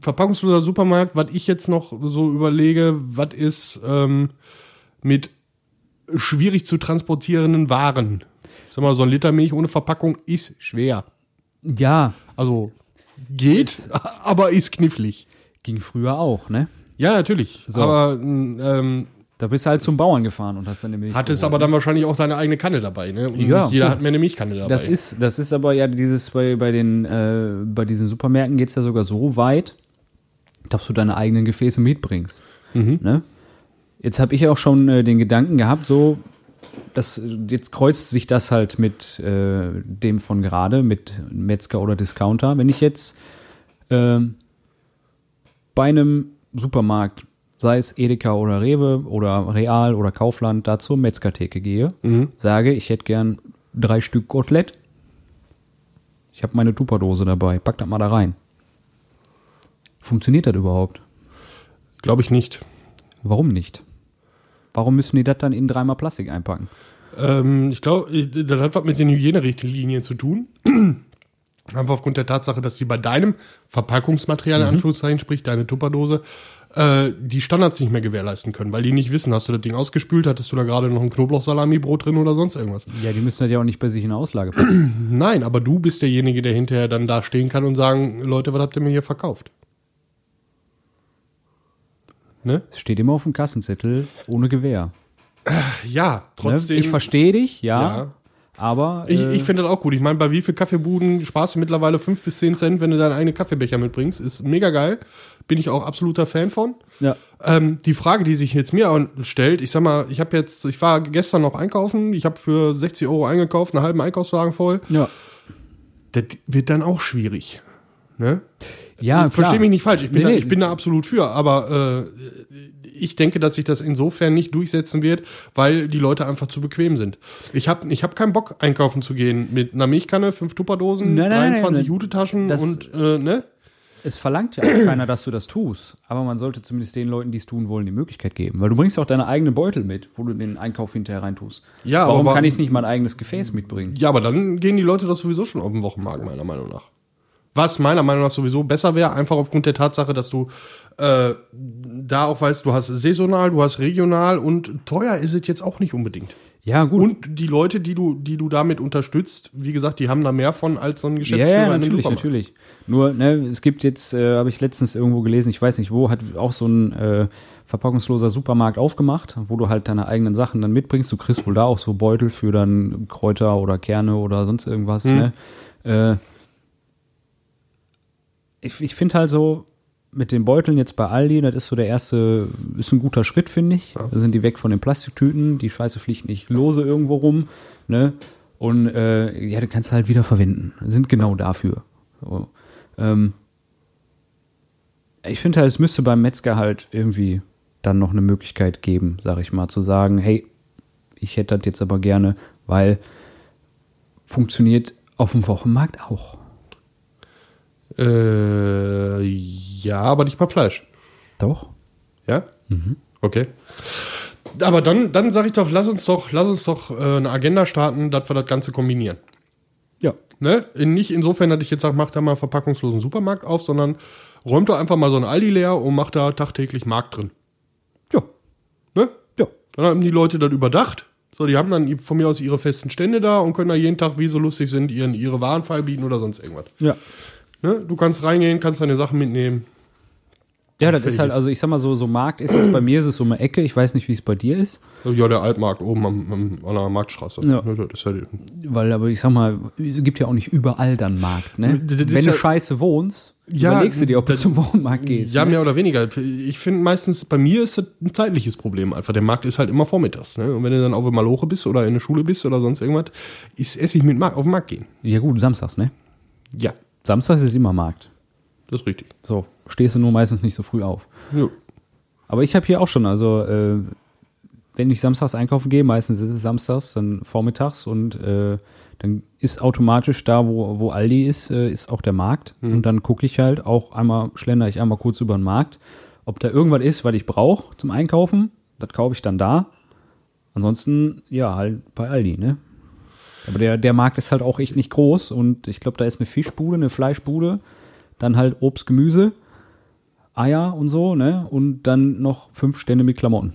S2: verpackungsloser Supermarkt, was ich jetzt noch so überlege, was ist ähm, mit schwierig zu transportierenden Waren? Ich Sag mal, so ein Liter Milch ohne Verpackung ist schwer.
S1: Ja,
S2: Also geht,
S1: Ist-
S2: aber ist knifflig.
S1: ging früher auch, ne?
S2: Ja, natürlich.
S1: So.
S2: Aber mh, ähm,
S1: Da bist du halt zum Bauern gefahren und hast deine Milch.
S2: hattest
S1: geholt.
S2: aber dann wahrscheinlich auch deine eigene Kanne dabei. Ne? Und
S1: Ja.
S2: nicht jeder hat mehr eine Milchkanne dabei.
S1: Das ist, das ist aber ja dieses, bei, bei, den, äh, bei diesen Supermärkten geht es ja sogar so weit, dass du deine eigenen Gefäße mitbringst. Ne? Jetzt habe ich ja auch schon äh, den Gedanken gehabt, so, dass, äh, jetzt kreuzt sich das halt mit äh, dem von gerade, mit Metzger oder Discounter. Wenn ich jetzt ähm, bei einem Supermarkt, sei es Edeka oder Rewe oder Real oder Kaufland, da zur Metzgertheke gehe,
S2: Mhm.
S1: sage, ich hätte gern drei Stück Kotelett. Ich habe meine Tupperdose dabei, pack das mal da rein. Funktioniert das überhaupt?
S2: Glaube ich nicht.
S1: Warum nicht? Warum müssen die das dann in dreimal Plastik einpacken?
S2: Ähm, ich glaube, das hat was mit den Hygienerichtlinien zu tun. Einfach aufgrund der Tatsache, dass sie bei deinem Verpackungsmaterial, in Anführungszeichen, sprich deine Tupperdose, äh, die Standards nicht mehr gewährleisten können, weil die nicht wissen, hast du das Ding ausgespült, hattest du da gerade noch ein Knoblauchsalami-Brot drin oder sonst irgendwas.
S1: Ja, die müssen das ja auch nicht bei sich in der Auslage packen.
S2: Nein, aber du bist derjenige, der hinterher dann da stehen kann und sagen, Leute, was habt ihr mir hier verkauft? Ne?
S1: Es steht immer auf dem Kassenzettel ohne Gewehr.
S2: Ja, trotzdem.
S1: ne? Ich verstehe dich, ja.
S2: Ja.
S1: Aber
S2: Ich,
S1: äh,
S2: ich finde das auch gut. Ich meine, bei wie viel Kaffeebuden sparst du mittlerweile 5 bis 10 Cent, wenn du deinen eigenen Kaffeebecher mitbringst? Ist mega geil. Bin ich auch absoluter Fan von.
S1: ja.
S2: Ähm, die Frage, die sich jetzt mir an- stellt, ich sag mal, ich habe jetzt, ich war gestern noch einkaufen, ich habe für 60 Euro eingekauft, einen halben Einkaufswagen voll.
S1: ja.
S2: Das wird dann auch schwierig. Ne?
S1: Ja,
S2: Versteh
S1: klar.
S2: mich nicht falsch, ich bin,
S1: Nee, nee.
S2: da, ich bin da absolut für, aber äh, ich denke, dass sich das insofern nicht durchsetzen wird, weil die Leute einfach zu bequem sind. Ich habe ich hab keinen Bock, einkaufen zu gehen mit einer Milchkanne, fünf Tupperdosen,
S1: Nein, nein, nein,
S2: 23
S1: nein.
S2: Jutetaschen
S1: Das-
S2: und, äh, ne?
S1: Es verlangt ja auch keiner, dass du das tust. Aber man sollte zumindest den Leuten, die es tun wollen, die Möglichkeit geben. Weil du bringst auch deine eigenen Beutel mit, wo du den Einkauf hinterher reintust.
S2: Ja, aber
S1: Warum
S2: wa-
S1: kann ich nicht mein eigenes Gefäß mitbringen?
S2: Ja, aber dann gehen die Leute doch sowieso schon auf den Wochenmarkt, meiner Meinung nach. Was meiner Meinung nach sowieso besser wäre, einfach aufgrund der Tatsache, dass du äh, da auch weißt, du hast saisonal, du hast regional und teuer ist es jetzt auch nicht unbedingt.
S1: Ja, gut.
S2: Und die Leute, die du, die du damit unterstützt, wie gesagt, die haben da mehr von als so ein
S1: ja,
S2: Geschäftsführer.
S1: ja,
S2: in einem
S1: natürlich,
S2: Supermarkt.
S1: natürlich. Nur, ne, es gibt jetzt, äh, habe ich letztens irgendwo gelesen, ich weiß nicht wo, hat auch so ein äh, verpackungsloser Supermarkt aufgemacht, wo du halt deine eigenen Sachen dann mitbringst. Du kriegst wohl da auch so Beutel für dann Kräuter oder Kerne oder sonst irgendwas.
S2: Hm.
S1: Ne? Äh, ich ich finde halt so, mit den Beuteln jetzt bei Aldi, das ist so der erste, ist ein guter Schritt, finde ich. Da sind die weg von den Plastiktüten, die Scheiße fliegt nicht lose irgendwo rum, ne? Und äh, ja, du kannst halt wieder verwenden. Sind genau dafür. So. Ähm, ich finde halt, es müsste beim Metzger halt irgendwie dann noch eine Möglichkeit geben, sag ich mal, zu sagen, hey, ich hätte das jetzt aber gerne, weil funktioniert auf dem Wochenmarkt auch.
S2: Äh, ja, aber nicht bei Fleisch.
S1: Doch.
S2: Ja? Okay. Aber dann, dann sage ich doch, lass uns doch, lass uns doch äh, eine Agenda starten, dass wir das Ganze kombinieren.
S1: Ja.
S2: Ne? In- Nicht insofern, dass ich jetzt sage, macht da mal einen verpackungslosen Supermarkt auf, sondern räumt doch einfach mal so einen Aldi leer und macht da tagtäglich Markt drin.
S1: Ja.
S2: Ne?
S1: Ja.
S2: Dann haben die Leute das überdacht. So, die haben dann von mir aus ihre festen Stände da und können da jeden Tag, wie sie lustig sind, ihren, ihre Waren freibieten oder sonst irgendwas.
S1: Ja.
S2: Ne? Du kannst reingehen, kannst deine Sachen mitnehmen.
S1: Ja, das
S2: Fertig
S1: ist halt,
S2: ist.
S1: also ich sag mal so, so Markt ist es bei mir, ist es so eine Ecke. Ich weiß nicht, wie es bei dir ist.
S2: Ja, der Altmarkt oben am, am, an der Marktstraße.
S1: Ja.
S2: Ne, Das ist ja die,
S1: Weil, aber ich sag mal, es gibt ja auch nicht überall dann Markt, ne?
S2: Das ist
S1: Wenn du
S2: ja-
S1: scheiße wohnst,
S2: Ja,
S1: überlegst du dir, ob du
S2: das-
S1: zum Wochenmarkt gehst.
S2: ja,
S1: ne?
S2: mehr oder weniger. Ich finde meistens, bei mir ist das ein zeitliches Problem einfach. Der Markt ist halt immer vormittags. Ne? Und wenn du dann auf der Maloche bist oder in der Schule bist oder sonst irgendwas, ist esse ich mit Markt auf den Markt gehen.
S1: ja gut, samstags, ne?
S2: Ja,
S1: Samstags ist immer Markt.
S2: das ist richtig.
S1: So, stehst du nur meistens nicht so früh auf.
S2: Ja.
S1: Aber ich habe hier auch schon, also äh, wenn ich samstags einkaufen gehe, meistens ist es samstags, dann vormittags und äh, dann ist automatisch da, wo, wo Aldi ist, äh, ist auch der Markt. Und dann gucke ich halt auch einmal, schlender ich einmal kurz über den Markt, ob da irgendwas ist, was ich brauche zum Einkaufen. Das kaufe ich dann da. Ansonsten, ja, halt bei Aldi, ne? Aber der, der Markt ist halt auch echt nicht groß und ich glaube, da ist eine Fischbude, eine Fleischbude, dann halt Obst, Gemüse, Eier und so, ne? Und dann noch fünf Stände mit Klamotten.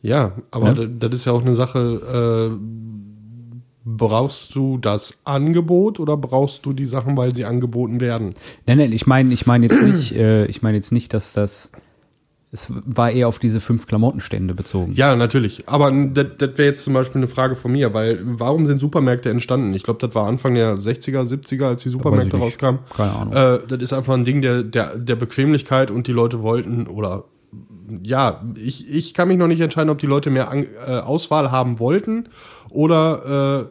S2: Ja, aber
S1: Ja.
S2: da- das ist ja auch eine Sache, äh, brauchst du das Angebot oder brauchst du die Sachen, weil sie angeboten werden?
S1: Nein, nein, ich meine, ich meine jetzt nicht, äh, ich meine jetzt nicht, dass das. Es war eher auf diese fünf Klamottenstände bezogen.
S2: Ja, natürlich. Aber das, das wäre jetzt zum Beispiel eine Frage von mir, weil warum sind Supermärkte entstanden? Ich glaube, das war Anfang der 60er, 70er, als die Supermärkte
S1: weiß ich nicht.
S2: rauskamen.
S1: Keine Ahnung.
S2: Äh, das ist einfach ein Ding der, der, der Bequemlichkeit und die Leute wollten oder ja, ich, ich kann mich noch nicht entscheiden, ob die Leute mehr an, äh, Auswahl haben wollten oder äh,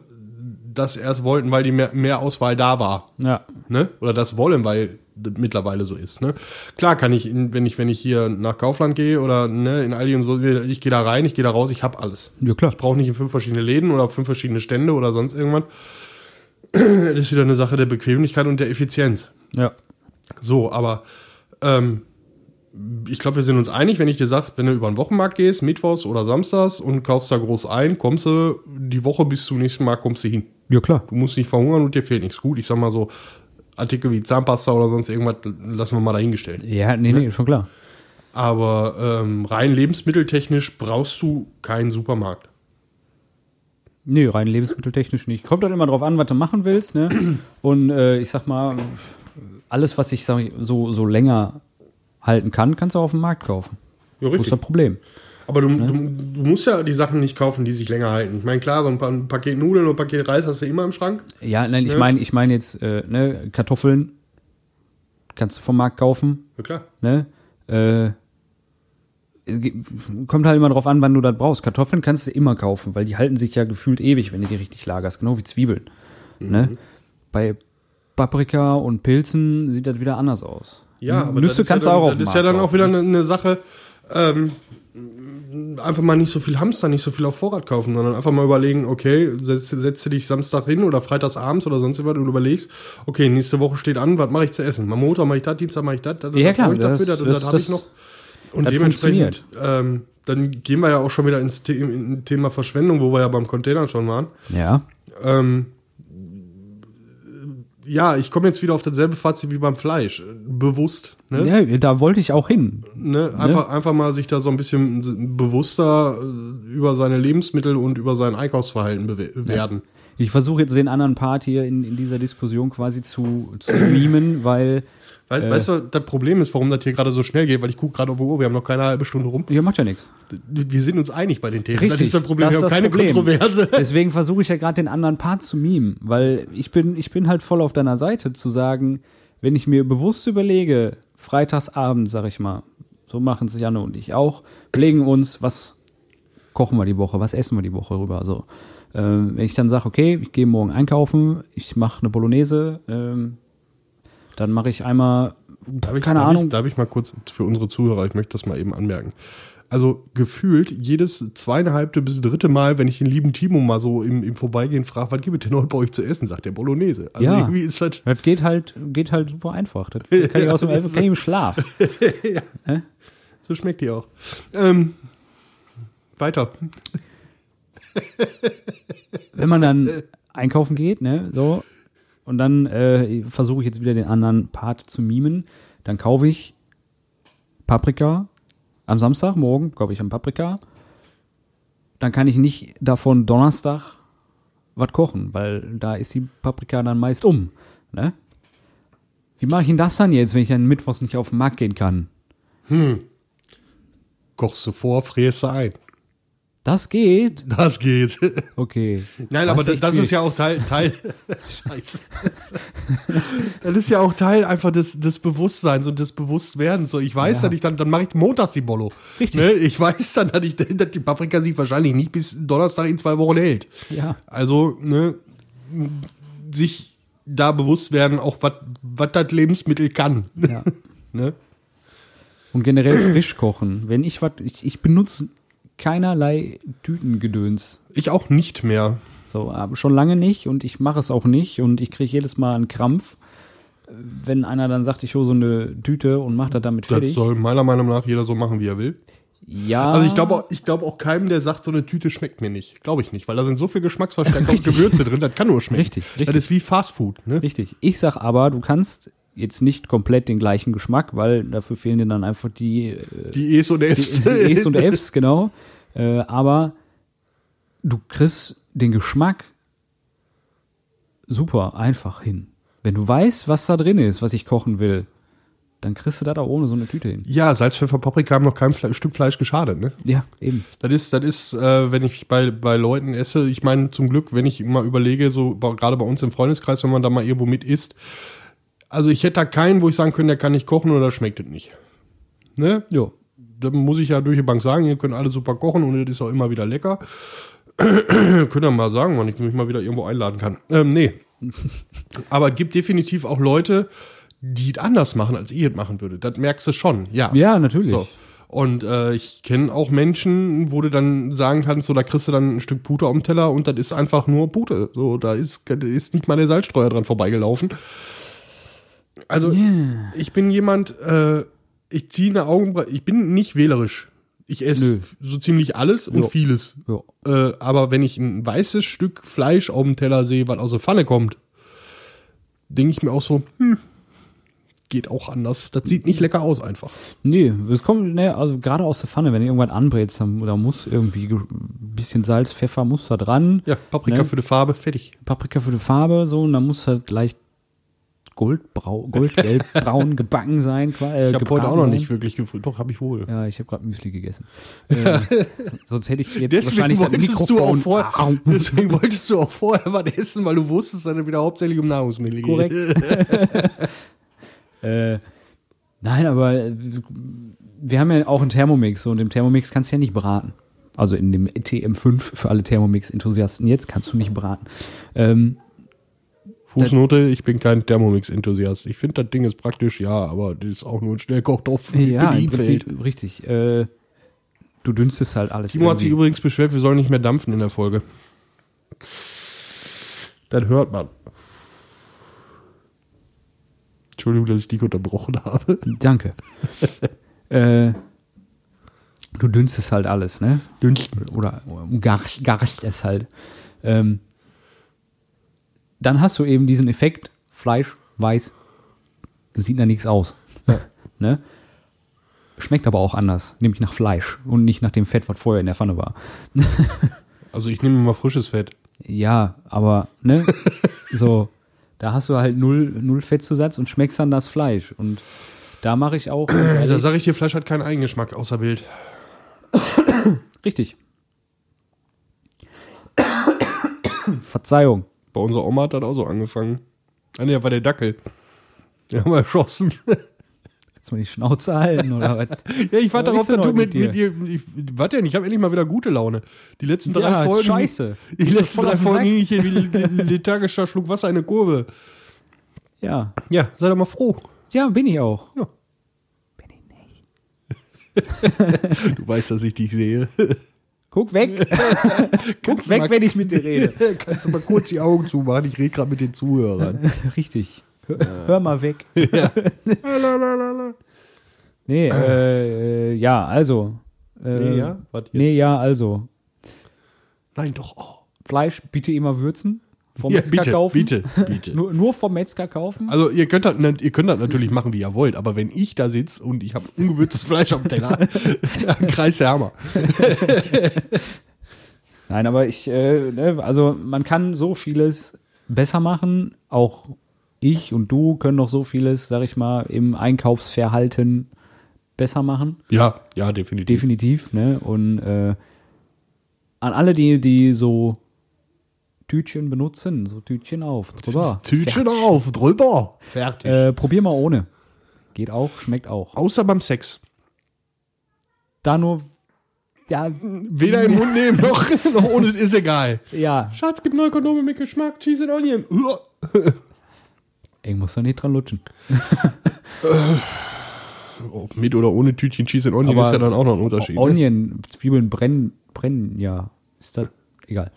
S2: das erst wollten, weil die mehr, mehr Auswahl da war
S1: Ja.
S2: ne? Oder das wollen, weil das mittlerweile so ist, ne? Klar kann ich, in- wenn ich, wenn ich hier nach Kaufland gehe oder ne, in Aldi und so, ich gehe da rein, ich gehe da raus, ich habe alles.
S1: Ja, klar.
S2: Ich brauche nicht in fünf verschiedene Läden oder fünf verschiedene Stände oder sonst irgendwas. Das ist wieder eine Sache der Bequemlichkeit und der Effizienz.
S1: Ja.
S2: So, aber ähm, ich glaube, wir sind uns einig, wenn ich dir sage, wenn du über den Wochenmarkt gehst, Mittwochs oder Samstags und kaufst da groß ein, kommst du die Woche bis zum nächsten Mal, kommst du hin.
S1: Ja, klar.
S2: Du musst nicht verhungern und dir fehlt nichts. Gut, ich sag mal so, Artikel wie Zahnpasta oder sonst irgendwas lassen wir mal dahingestellt.
S1: Ja, nee, nee, schon klar.
S2: Aber ähm, rein lebensmitteltechnisch brauchst du keinen Supermarkt.
S1: Nee, rein lebensmitteltechnisch nicht. Kommt halt immer drauf an, was du machen willst, ne? Und äh, ich sag mal, alles, was ich sag, ich, so, so länger halten kann, kannst du auf dem Markt kaufen.
S2: Ja,
S1: Wo ist das Problem?
S2: Aber du, du, du musst ja die Sachen nicht kaufen, die sich länger halten. Ich meine, klar, so ein, paar, ein Paket Nudeln und ein Paket Reis hast du immer im Schrank.
S1: Ja, nein, ich meine, ich meine jetzt, äh, ne, Kartoffeln kannst du vom Markt kaufen,
S2: Ja, klar.
S1: ne? Äh, es ge- kommt halt immer drauf an, wann du das brauchst. Kartoffeln kannst du immer kaufen, weil die halten sich ja gefühlt ewig, wenn du die richtig lagerst, genau wie Zwiebeln.
S2: Mhm.
S1: Ne? Bei Paprika und Pilzen sieht das wieder anders aus.
S2: Ja, aber
S1: Nüsse
S2: das ist
S1: kannst
S2: ja
S1: du
S2: dann,
S1: auch auf
S2: Das
S1: dem
S2: ist ja
S1: Markt
S2: dann auch
S1: kaufen. ne?
S2: wieder eine, eine Sache, ähm, einfach mal nicht so viel Hamster, nicht so viel auf Vorrat kaufen, sondern einfach mal überlegen, okay, setzt setzt du dich Samstag hin oder freitags abends oder sonst was und überlegst, okay, nächste Woche steht an, was mache ich zu essen? Am Montag mache ich das, Dienstag mache ich das, das,
S1: Ja,
S2: das
S1: klar,
S2: brauche ich dafür,
S1: das-
S2: das, das,
S1: das-
S2: habe ich
S1: das-
S2: noch. Und
S1: das
S2: dementsprechend, ähm, dann gehen wir ja auch schon wieder ins The in- Thema Verschwendung, wo wir ja beim Container schon waren.
S1: Ja,
S2: Ähm, ja, ich komme jetzt wieder auf dasselbe Fazit wie beim Fleisch. Bewusst. Ne?
S1: ja, da wollte ich auch hin.
S2: Ne? Einfach, einfach mal sich da so ein bisschen bewusster äh, über seine Lebensmittel und über sein Einkaufsverhalten bewe- werden.
S1: Ich versuche jetzt den anderen Part hier in, in dieser Diskussion quasi zu, zu mimen, weil
S2: Weißt, weißt du, das Problem ist, warum das hier gerade so schnell geht, weil ich gucke gerade auf die Uhr, wir haben noch keine halbe Stunde rum.
S1: hier macht ja nichts.
S2: Wir sind uns einig bei den Themen. das
S1: Richtig,
S2: ist das
S1: das
S2: Problem, wir
S1: ist
S2: haben
S1: das
S2: keine
S1: Problem.
S2: Kontroverse.
S1: Deswegen versuche ich ja gerade den anderen Part zu mimen, weil ich bin, ich bin halt voll auf deiner Seite zu sagen, wenn ich mir bewusst überlege, freitagsabend, sag ich mal, so machen es Janne und ich auch, überlegen uns, was kochen wir die Woche, was essen wir die Woche rüber. So. Ähm, wenn ich dann sage, okay, ich gehe morgen einkaufen, ich mache eine Bolognese, ähm, dann mache ich einmal,
S2: Darf ich,
S1: keine
S2: darf
S1: Ahnung,
S2: Ich, darf ich mal kurz für unsere Zuhörer, ich möchte das mal eben anmerken. Also gefühlt jedes zweieinhalbte bis dritte Mal, wenn ich den lieben Timo mal so im, im Vorbeigehen frage, was gibt es denn heute bei euch zu essen, sagt der Bolognese. Also
S1: Ja.
S2: irgendwie ist das.
S1: Das geht halt, geht halt super einfach. Das kann ich aus dem kann ich im Schlaf.
S2: So schmeckt die auch. Ähm, Weiter.
S1: Wenn man dann einkaufen geht, ne, so, und dann äh, versuche ich jetzt wieder den anderen Part zu mimen, dann kaufe ich Paprika am Samstagmorgen, kaufe ich einen Paprika, dann kann ich nicht davon Donnerstag was kochen, weil da ist die Paprika dann meist um, ne? Wie mache ich denn das dann jetzt, wenn ich dann mittwochs nicht auf den Markt gehen kann?
S2: Kochst du vor, frierst du ein.
S1: Das geht.
S2: Das geht.
S1: Okay. Das
S2: Nein, aber da-
S1: echt
S2: das
S1: viel.
S2: ist ja auch Teil. Teil Scheiße. Das ist ja auch Teil einfach des, des Bewusstseins und des Bewusstwerdens. So, ich weiß,
S1: Ja.
S2: dass ich dann, dann mache ich montags die Bollo.
S1: Richtig.
S2: Ne? Ich weiß dann, dass, ich, dass die Paprika sich wahrscheinlich nicht bis Donnerstag in zwei Wochen hält.
S1: Ja.
S2: Also, ne, sich da bewusst werden, auch was das Lebensmittel kann.
S1: ja.
S2: Ne?
S1: Und generell frisch kochen. Wenn ich was, ich, ich benutze keinerlei Tütengedöns.
S2: Ich auch nicht mehr.
S1: So, aber schon lange nicht und ich mache es auch nicht und ich kriege jedes Mal einen Krampf, wenn einer dann sagt, ich hole so eine Tüte und mache das damit
S2: Das
S1: fertig.
S2: soll meiner Meinung nach jeder so machen, wie er will.
S1: ja.
S2: Also ich glaube auch, ich glaube auch keinem, der sagt, so eine Tüte schmeckt mir nicht. Glaube ich nicht, weil da sind so viel Geschmacksverstärker und
S1: Richtig.
S2: Gewürze drin, das kann nur schmecken.
S1: Richtig, richtig.
S2: Das ist wie Fast Food. Ne?
S1: Richtig. Ich sag aber, du kannst jetzt nicht komplett den gleichen Geschmack, weil dafür fehlen dir dann einfach die äh,
S2: Die E's und F's.
S1: die E's und F's, genau. Äh, aber du kriegst den Geschmack super einfach hin. Wenn du weißt, was da drin ist, was ich kochen will, dann kriegst du das auch ohne so eine Tüte hin.
S2: Ja, Salz, Pfeffer, Paprika haben noch kein Fle Stück Fleisch geschadet. Ne?
S1: Ja, eben.
S2: Das ist, das ist, äh, wenn ich bei, bei Leuten esse, ich meine zum Glück, wenn ich immer überlege, so bei- gerade bei uns im Freundeskreis, wenn man da mal irgendwo mit isst, also ich hätte da keinen, wo ich sagen könnte, der kann nicht kochen oder schmeckt es nicht. Ne?
S1: Jo.
S2: da muss ich ja durch die Bank sagen, ihr könnt alle super kochen und das ist auch immer wieder lecker. Könnt ihr mal sagen, wann ich mich mal wieder irgendwo einladen kann. Ähm, nee. Aber es gibt definitiv auch Leute, die es anders machen, als ihr es machen würdet. Das merkst du schon, ja.
S1: Ja, natürlich.
S2: So. Und äh, ich kenne auch Menschen, wo du dann sagen kannst, so, da kriegst du dann ein Stück Pute auf dem Teller und das ist einfach nur Pute. So, da ist, da ist nicht mal der Salzstreuer dran vorbeigelaufen. Also, ich bin jemand, äh, ich ziehe eine Augenbraue, ich bin nicht wählerisch. Ich esse
S1: Nö.
S2: so ziemlich alles und
S1: Jo.
S2: vieles.
S1: Jo.
S2: Äh, aber wenn ich ein weißes Stück Fleisch auf dem Teller sehe, was aus der Pfanne kommt, denke ich mir auch so, hm, geht auch anders. Das sieht nicht lecker aus einfach.
S1: Nee, es kommt, ne, also gerade aus der Pfanne, wenn du irgendwas anbrätst, dann, da muss irgendwie ge- ein bisschen Salz, Pfeffer muss da dran.
S2: Ja, Paprika
S1: Ne?
S2: für die Farbe, fertig.
S1: Paprika für die Farbe, so, und dann muss halt leicht goldbrau, goldgelb, braun gebacken sein. qua- Äh,
S2: Ich habe heute
S1: gebraten
S2: auch noch
S1: sein.
S2: nicht wirklich gefrühstückt. Doch, habe ich wohl.
S1: Ja, ich habe gerade Müsli gegessen. ähm, so- sonst hätte ich jetzt wahrscheinlich das Mikrofon. Au.
S2: deswegen wolltest du auch vorher was essen, weil du wusstest, dass es wieder hauptsächlich um Nahrungsmittel geht.
S1: Korrekt. Äh, nein, aber äh, wir haben ja auch einen Thermomix so, und im Thermomix kannst du ja nicht braten. Also in dem TM5 für alle Thermomix-Enthusiasten jetzt kannst du nicht braten. Ähm,
S2: Fußnote, ich bin kein Thermomix-Enthusiast. Ich finde, das Ding ist praktisch, ja, aber das ist auch nur ein Schnellkochtopf. Ich
S1: ja,
S2: bin
S1: im
S2: Infeld.
S1: Prinzip, richtig. Äh, du dünstest halt alles.
S2: Timo hat sich
S1: irgendwie.
S2: übrigens beschwert, wir sollen nicht mehr dampfen in der Folge. Dann hört man. Entschuldigung, dass ich dich unterbrochen habe.
S1: Danke. äh, du dünstest halt alles, ne?
S2: Dünsten.
S1: Oder garcht, garcht es halt. Ähm, dann hast du eben diesen Effekt, Fleisch, weiß, das sieht nach nichts aus. ne? Schmeckt aber auch anders, nämlich nach Fleisch und nicht nach dem Fett, was vorher in der Pfanne war.
S2: Also ich nehme mal frisches Fett.
S1: Ja, aber, ne? so, da hast du halt null, null Fettzusatz und schmeckst dann das Fleisch. Und da mache ich auch. ganz
S2: Also da
S1: ehrlich-
S2: sage ich dir, Fleisch hat keinen Eigengeschmack, außer wild.
S1: Richtig. Verzeihung.
S2: Bei unserer Oma hat das auch so angefangen. Ah ne, war der Dackel. Den haben wir erschossen.
S1: Jetzt mal die Schnauze halten oder was?
S2: Ja, ich warte
S1: Was ist
S2: darauf,
S1: denn
S2: dass du
S1: heute
S2: mit,
S1: mit
S2: mit dir. Ich, warte denn, ich habe endlich mal wieder gute Laune. Die letzten drei
S1: Ja, ist
S2: Folgen.
S1: scheiße.
S2: Die letzten
S1: Voll
S2: drei
S1: auf den
S2: Folgen
S1: Sack.
S2: ging ich hier wie ein lethargischer Schluck Wasser in eine Kurve.
S1: Ja.
S2: Ja, sei doch mal froh.
S1: Ja, bin ich auch.
S2: Ja.
S1: Bin ich nicht.
S2: Du weißt, dass ich dich sehe.
S1: Guck weg. Guck
S2: Kannst
S1: weg,
S2: du mal-
S1: wenn ich mit dir rede.
S2: Kannst du mal kurz die Augen zumachen? Ich rede gerade mit den Zuhörern.
S1: Richtig. Hör, hör mal weg. nee, äh, äh, ja, also, Äh,
S2: Nee, ja? Was jetzt?
S1: Nee, ja, also.
S2: Nein, doch. Oh.
S1: Fleisch bitte immer würzen. Vom
S2: Ja,
S1: Metzger
S2: bitte,
S1: kaufen.
S2: bitte, bitte.
S1: Nur, nur vom Metzger kaufen.
S2: Also ihr könnt, das, nat- ihr könnt das natürlich machen, wie ihr wollt, aber wenn ich da sitze und ich habe ungewürztes Fleisch am Teller, dann kreist der Hammer.
S1: Nein, aber ich, äh, ne, also man kann so vieles besser machen. Auch ich und du können noch so vieles, sag ich mal, im Einkaufsverhalten besser machen.
S2: Ja, ja, definitiv.
S1: Definitiv, ne? Und äh, an alle, die, die so Tütchen benutzen, so Tütchen auf, drüber.
S2: Tütchen auf, drüber. Fertig.
S1: Äh, probier mal ohne. Geht auch, schmeckt auch.
S2: Äh, Außer beim Sex.
S1: Da nur, ja,
S2: Weder im Mund nehmen noch, noch ohne, ist egal.
S1: ja,
S2: Schatz, gibt neue Kondome mit Geschmack, Cheese and Onion. Uah.
S1: ich muss da nicht dran lutschen.
S2: Oh, mit oder ohne Tütchen Cheese and Onion
S1: Aber
S2: ist ja dann auch noch ein Unterschied. ne?
S1: Onion, Zwiebeln brennen, brennen, ja. Ist das egal.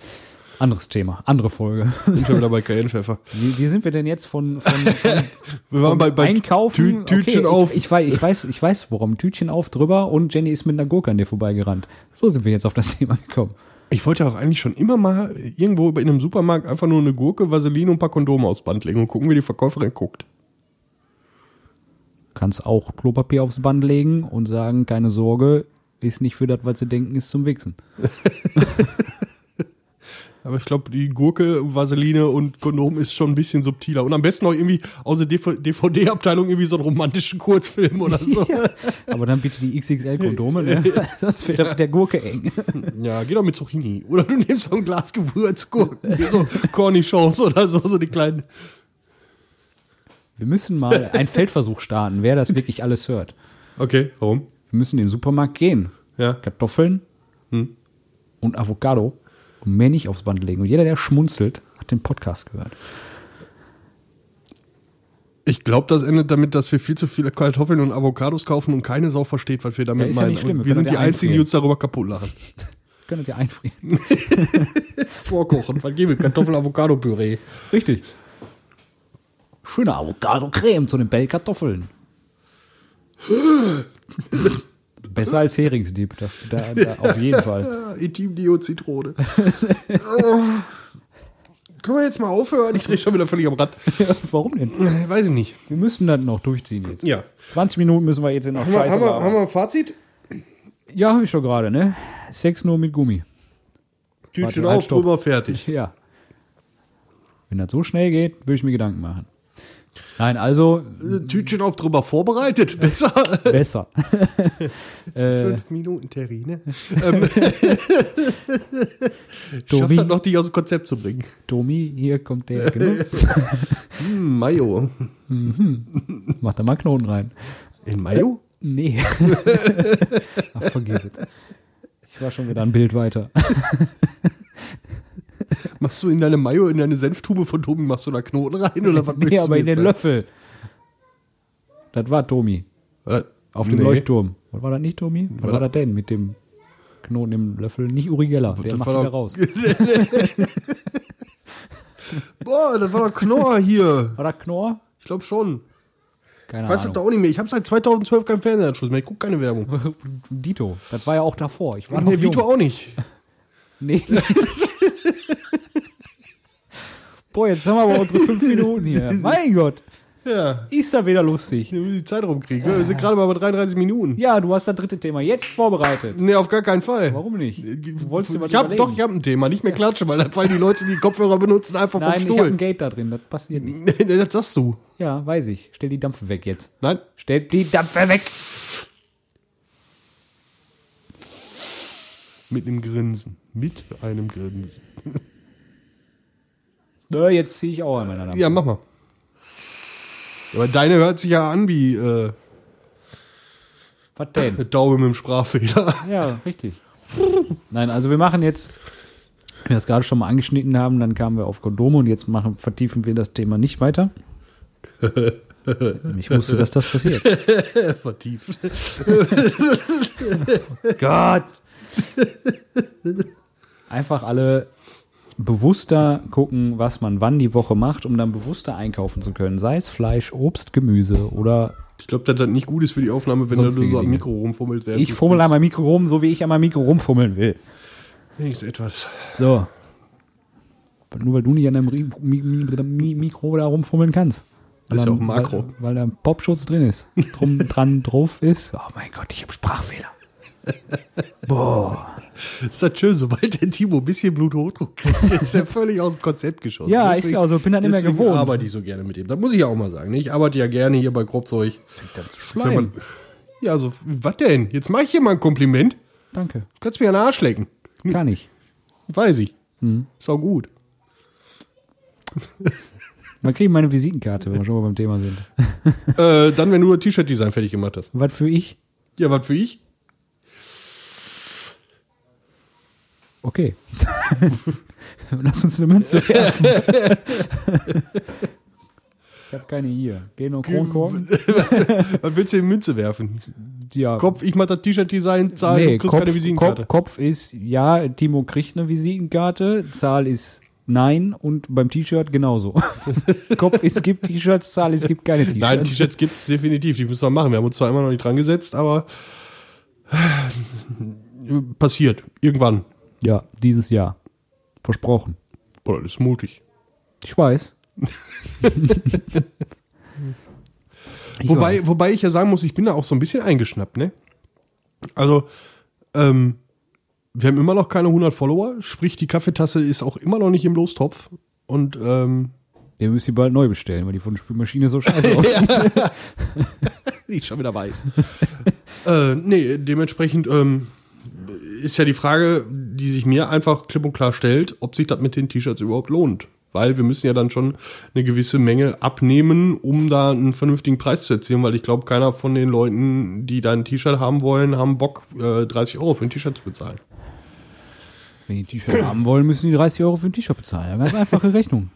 S1: Anderes Thema, andere Folge.
S2: Sind schon wieder bei Cayennepfeffer.
S1: Wie, wie sind wir denn jetzt von, von, von
S2: Wir waren bei, bei Tü
S1: Einkaufen? okay,
S2: Tütchen auf.
S1: Ich, ich, weiß, ich, weiß, ich weiß, warum. Tütchen auf, drüber und Jenny ist mit einer Gurke an dir vorbeigerannt. So sind wir jetzt auf das Thema gekommen.
S2: Ich wollte ja auch eigentlich schon immer mal irgendwo in einem Supermarkt einfach nur eine Gurke, Vaseline und ein paar Kondome aufs Band legen und gucken, wie die Verkäuferin guckt.
S1: Kannst auch Klopapier aufs Band legen und sagen, keine Sorge, ist nicht für das, was sie denken, ist zum Wichsen.
S2: Aber ich glaube, die Gurke, Vaseline und Kondom ist schon ein bisschen subtiler. Und am besten auch irgendwie aus der DVD-Abteilung irgendwie so einen romantischen Kurzfilm oder so.
S1: Ja. Aber dann bitte die XXL-Kondome, ne? sonst wird das mit der Gurke eng.
S2: Ja, geh doch mit Zucchini. Oder du nimmst so ein Glas Gewürzgurken, wie so Cornichons oder so, so die kleinen.
S1: Wir müssen mal einen Feldversuch starten, wer das wirklich alles hört.
S2: Okay, warum?
S1: Wir müssen in den Supermarkt gehen.
S2: Ja. Hm.
S1: Kartoffeln und Avocado und mehr nicht aufs Band legen. Und jeder, der schmunzelt, hat den Podcast gehört.
S2: Ich glaube, das endet damit, dass wir viel zu viele Kartoffeln und Avocados kaufen und keine Sau versteht, was wir damit
S1: Ja, ist ja
S2: meinen.
S1: nicht schlimm,
S2: Und
S1: wir
S2: wir
S1: können
S2: sind die
S1: ja
S2: Einzigen, die
S1: einfrieren.
S2: uns darüber kaputt lachen.
S1: Könntet ihr einfrieren.
S2: Vorkochen, was gebe Kartoffel-Avocado-Püree.
S1: Richtig. Schöne Avocado-Creme zu den Bellkartoffeln. Besser als Heringsdieb, da, da, da auf jeden Fall.
S2: Intim-Dio-Zitrone. Können wir jetzt mal aufhören? Ich drehe schon wieder völlig am Rad.
S1: Warum denn?
S2: Weiß ich nicht.
S1: Wir müssen das noch durchziehen jetzt.
S2: Ja.
S1: 20 Minuten müssen wir jetzt noch Scheiße labern.
S2: ein Fazit?
S1: Ja, habe ich schon gerade, ne? Sex nur mit Gummi.
S2: Tütchen
S1: Warte, halt,
S2: auf,
S1: stopp.
S2: drüber, fertig.
S1: Ja. Wenn das so schnell geht, würde ich mir Gedanken machen. Nein, also
S2: Äh, Tütchen auf, drüber, vorbereitet. Besser.
S1: besser. Äh,
S2: Fünf Minuten Terrine. Ähm, Schafft
S1: Tobi?
S2: das noch, dich aus dem Konzept zu bringen.
S1: Domi, hier kommt der Genuss.
S2: Hm, Mayo.
S1: Mach da mal Knoten rein.
S2: In Mayo?
S1: Nee. Ach, vergiss es. Ich war schon wieder ein Bild weiter.
S2: Äh, Machst du in deine Mayo, in deine Senftube von Tobi, machst du da Knoten rein oder was
S1: Nee, aber in den
S2: Löffel.
S1: Löffel. Das war Domi. Auf dem Leuchtturm. Was war das nicht, Domi? Was war das denn mit dem Knoten im Löffel? Nicht Urigella, der
S2: das
S1: macht
S2: war
S1: wieder
S2: doch-
S1: raus.
S2: Boah, das war doch Knorr hier.
S1: War das Knorr?
S2: Ich glaube schon.
S1: Keine
S2: Ich weiß das doch
S1: Ahnung.
S2: auch nicht mehr. Ich habe seit 2012 keinen Fernsehanschluss mehr. Ich gucke keine Werbung.
S1: Dito. Das war ja auch davor. Ich war noch
S2: Nee,
S1: jung.
S2: Vito auch nicht.
S1: Nee. Boah, jetzt haben wir aber unsere fünf Minuten hier. Mein Gott,
S2: Ja,
S1: ist da wieder lustig.
S2: ich will die Zeit rumkriegen. Wir sind gerade mal bei 33 Minuten.
S1: Ja, du hast das dritte Thema jetzt vorbereitet.
S2: Nee, auf gar keinen Fall.
S1: Warum nicht? Du wolltest dir was
S2: Äh, ich hab,
S1: überlegen.
S2: Doch, ich habe ein Thema. Nicht mehr klatschen, weil dann fallen die Leute, die die Kopfhörer benutzen, einfach
S1: Nein,
S2: vom
S1: ich habe ein
S2: Stuhl.
S1: Gate da drin, das passiert nicht.
S2: Nee, nee, das sagst du.
S1: Ja, weiß ich. Stell die Dampfe weg jetzt.
S2: Nein.
S1: Stell die Dampfe weg.
S2: Mit einem Grinsen. Mit einem Grinsen.
S1: Na, jetzt ziehe ich auch an meiner Dampfe.
S2: Ja, mach mal. Aber deine hört sich ja an wie äh,
S1: Was denn?
S2: eine Taube mit einem Sprachfehler.
S1: Ja, richtig. Nein, also wir machen jetzt, wenn wir das gerade schon mal angeschnitten haben, dann kamen wir auf Kondome und jetzt machen, vertiefen wir das Thema nicht weiter. Ich wusste, dass das passiert.
S2: Vertieft.
S1: Gott! Einfach alle bewusster gucken, was man wann die Woche macht, um dann bewusster einkaufen zu können. Sei es Fleisch, Obst, Gemüse oder
S2: Ich glaube, dass das nicht gut ist für die Aufnahme, wenn
S1: Sonstige
S2: du so am
S1: Dinge.
S2: Mikro rumfummelst. während
S1: Ich
S2: du
S1: fummel an meinem Mikro rum, so wie ich an meinem Mikro rumfummeln will.
S2: sprichst. Wenigstens etwas.
S1: So. Nur weil du nicht an deinem Ri- Mi- Mi- Mi- Mikro da rumfummeln kannst.
S2: Das ist
S1: Weil
S2: ja auch ein
S1: da-
S2: Makro.
S1: Weil, weil da ein Popschutz drin ist. Drum, dran, drauf ist. Oh mein Gott, ich habe Sprachfehler. Boah.
S2: Ist das schön, sobald der Timo ein bisschen Bluthochdruck kriegt, ist er völlig aus dem Konzept geschossen.
S1: Ja, ist ja auch so, bin das nicht mehr
S2: deswegen
S1: gewohnt.
S2: arbeite ich so gerne mit ihm. Das muss ich ja auch mal sagen. ne? Ich arbeite ja gerne hier bei Grobzeug. Wenn man- Ja, so, was denn? Jetzt mache ich hier mal ein Kompliment.
S1: Danke.
S2: Kannst mir an den Arsch lecken.
S1: Kann ich.
S2: Weiß ich.
S1: Hm.
S2: Ist auch gut.
S1: Man kriegt meine Visitenkarte, wenn wir schon mal beim Thema sind.
S2: äh, dann, wenn du das T-Shirt-Design fertig gemacht hast.
S1: Was für ich?
S2: Ja, was für ich?
S1: Okay. Lass uns eine Münze werfen. ich habe keine hier. Geno Kronkorken?
S2: Was willst du in die Münze werfen?
S1: Ja.
S2: Kopf, ich mach das T-Shirt-Design, zahl, du kriegst keine Visitenkarte.
S1: Kopf, Kopf ist, ja, Timo kriegt eine Visitenkarte, Zahl ist nein und beim T-Shirt genauso. Kopf, es gibt T-Shirts, Zahl, es gibt keine T-Shirts.
S2: Nein, T-Shirts gibt's definitiv, die müssen wir machen. Wir haben uns zwar immer noch nicht dran gesetzt, aber passiert. Irgendwann.
S1: Ja, dieses Jahr. Versprochen.
S2: Boah, das ist mutig.
S1: Ich weiß. Ich
S2: wobei,
S1: weiß.
S2: wobei ich ja sagen muss, ich bin da auch so ein bisschen eingeschnappt, ne? Also, ähm, wir haben immer noch keine 100 Follower, sprich, die Kaffeetasse ist auch immer noch nicht im Lostopf. Und, ähm,
S1: Wir müssen sie bald neu bestellen, weil die von der Spülmaschine so scheiße aussieht.
S2: die ist schon wieder weiß. äh, nee, dementsprechend, ähm, ist ja die Frage, die sich mir einfach klipp und klar stellt, ob sich das mit den T-Shirts überhaupt lohnt. Weil wir müssen ja dann schon eine gewisse Menge abnehmen, um da einen vernünftigen Preis zu erzielen, weil ich glaube, keiner von den Leuten, die da ein T-Shirt haben wollen, haben Bock, äh, 30 Euro für ein T-Shirt zu bezahlen.
S1: Wenn die T-Shirt haben wollen, müssen die 30 Euro für ein T-Shirt bezahlen. Eine ganz einfache Rechnung.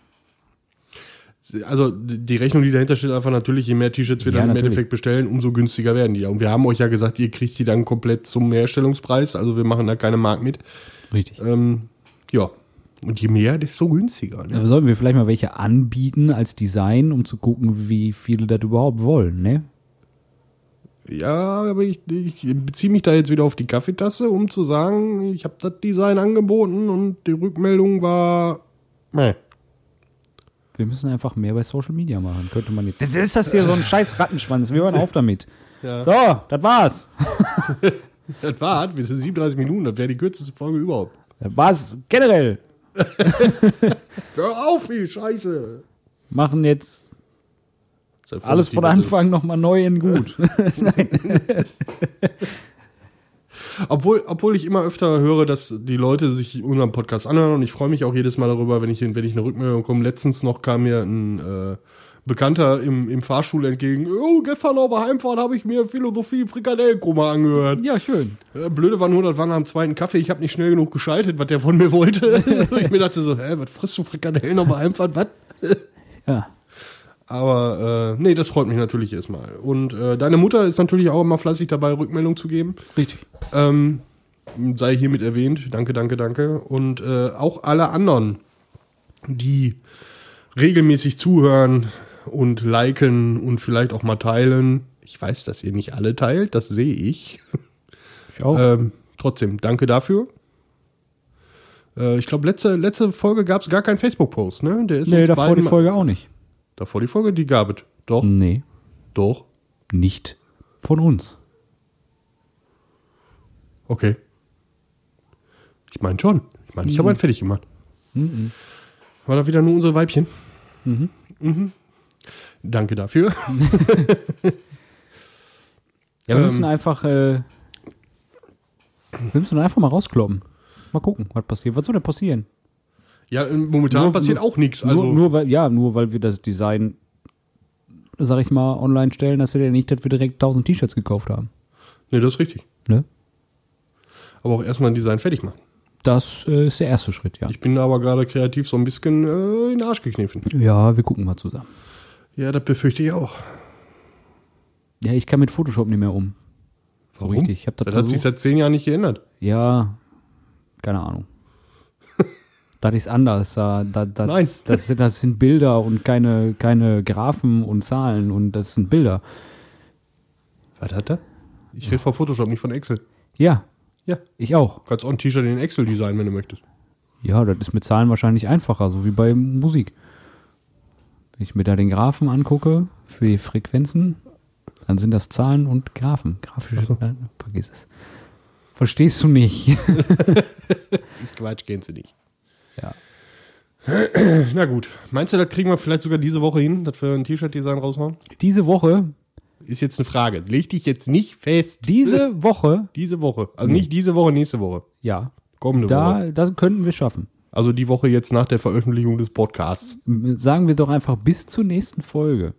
S2: Also die Rechnung, die dahinter steht, einfach natürlich, je mehr T-Shirts wir
S1: Ja,
S2: dann im
S1: natürlich.
S2: Endeffekt bestellen, umso günstiger werden die ja. Und wir haben euch ja gesagt, ihr kriegt die dann komplett zum Herstellungspreis, also wir machen da keine Mark mit.
S1: Richtig.
S2: Ähm, ja. Und je mehr, desto günstiger. Ne?
S1: Aber sollten wir vielleicht mal welche anbieten als Design, um zu gucken, wie viele das überhaupt wollen, ne?
S2: Ja, aber ich, ich beziehe mich da jetzt wieder auf die Kaffeetasse, um zu sagen, ich habe das Design angeboten und die Rückmeldung war. Meh.
S1: Wir müssen einfach mehr bei Social Media machen, könnte man jetzt. Jetzt ist das hier so ein scheiß Rattenschwanz, wir hören auf damit.
S2: Ja.
S1: So, das war's.
S2: Das war hart, wir sind 37 Minuten, das wäre die kürzeste Folge überhaupt.
S1: Das war's generell.
S2: Hör auf, wie scheiße.
S1: Machen jetzt
S2: Sei vorsichtig,
S1: alles von
S2: was du-
S1: Anfang nochmal neu in gut.
S2: Obwohl, obwohl ich immer öfter höre, dass die Leute sich unseren Podcast anhören und ich freue mich auch jedes Mal darüber, wenn ich, wenn ich eine Rückmeldung komme. Letztens noch kam mir ein äh, Bekannter im, im Fahrstuhl entgegen. Oh, gestern auf der Heimfahrt habe ich mir Philosophie Frikadellenkummer angehört.
S1: ja, schön.
S2: Äh, Blöde war nur, das war nach dem zweiten Kaffee. Ich habe nicht schnell genug geschaltet, was der von mir wollte. ich mir dachte so, hä, was frisst du Frikadellen auf der Heimfahrt? Was?
S1: Ja.
S2: Aber äh, nee, das freut mich natürlich erstmal. Und äh, deine Mutter ist natürlich auch immer fleißig dabei, Rückmeldung zu geben.
S1: Richtig.
S2: Ähm, sei hiermit erwähnt. Danke, danke, danke. Und äh, auch alle anderen, die regelmäßig zuhören und liken und vielleicht auch mal teilen. Ich weiß, dass ihr nicht alle teilt, das sehe ich.
S1: Ich auch.
S2: Ähm, trotzdem, danke dafür. Äh, ich glaube, letzte, letzte Folge gab es gar keinen Facebook-Post, ne? Der ist
S1: nee,
S2: uns
S1: davor
S2: beiden
S1: die
S2: mal-
S1: Folge Hm. auch nicht.
S2: Davor die Folge, die gab es. Doch,
S1: Nee,
S2: doch.
S1: nicht von uns.
S2: Okay. Ich meine schon. Ich meine, ich habe einen fertig gemacht. War da wieder nur unsere Weibchen? Mhm. Danke dafür.
S1: Ja,
S2: Ähm.
S1: wir müssen einfach, äh, wir müssen einfach mal rauskloppen. Mal gucken, was passiert. Was soll denn passieren?
S2: Ja, äh, momentan
S1: Nur-
S2: passiert
S1: nur-
S2: auch nichts. Also,
S1: nur, nur weil, ja, nur weil wir das Design, sag ich mal, online stellen, dass wir ja nicht, dass wir direkt 1000 T-Shirts gekauft haben.
S2: nee, das ist richtig.
S1: Ne?
S2: Aber auch erstmal ein Design fertig machen.
S1: Das äh, ist der erste Schritt, ja.
S2: Ich bin da aber gerade kreativ so ein bisschen äh, in den Arsch gekniffen.
S1: Ja, wir gucken mal zusammen.
S2: Ja, das befürchte ich auch.
S1: Ja, ich kann mit Photoshop nicht mehr um. So
S2: Warum?
S1: richtig. Ich hab das,
S2: Das hat sich
S1: versucht.
S2: seit zehn Jahren nicht geändert.
S1: ja, keine Ahnung. das ist anders. Da, da, das,
S2: Nein.
S1: Das, sind, das sind Bilder und keine, keine Graphen und Zahlen und das sind Bilder. Was hat er?
S2: Ich rede von Photoshop, nicht von Excel.
S1: Ja,
S2: Ja.
S1: ich auch.
S2: Kannst auch ein T-Shirt in Excel designen, wenn du möchtest.
S1: Ja, das ist mit Zahlen wahrscheinlich einfacher, so wie bei Musik. Wenn ich mir da den Graphen angucke für die Frequenzen, dann sind das Zahlen und Graphen. Grafische, nein, vergiss es. Verstehst du nicht?
S2: Ist Quatsch, gehen sie nicht.
S1: Ja.
S2: Na gut. Meinst du, das kriegen wir vielleicht sogar diese Woche hin, dass wir ein T-Shirt-Design raushauen?
S1: Diese Woche,
S2: Ist jetzt eine Frage. Leg dich jetzt nicht fest.
S1: diese Woche,
S2: Diese Woche. Also nicht diese Woche, nächste Woche.
S1: ja,
S2: Kommende
S1: da,
S2: Woche.
S1: das könnten wir schaffen.
S2: Also die Woche jetzt nach der Veröffentlichung des Podcasts.
S1: Sagen wir doch einfach bis zur nächsten Folge.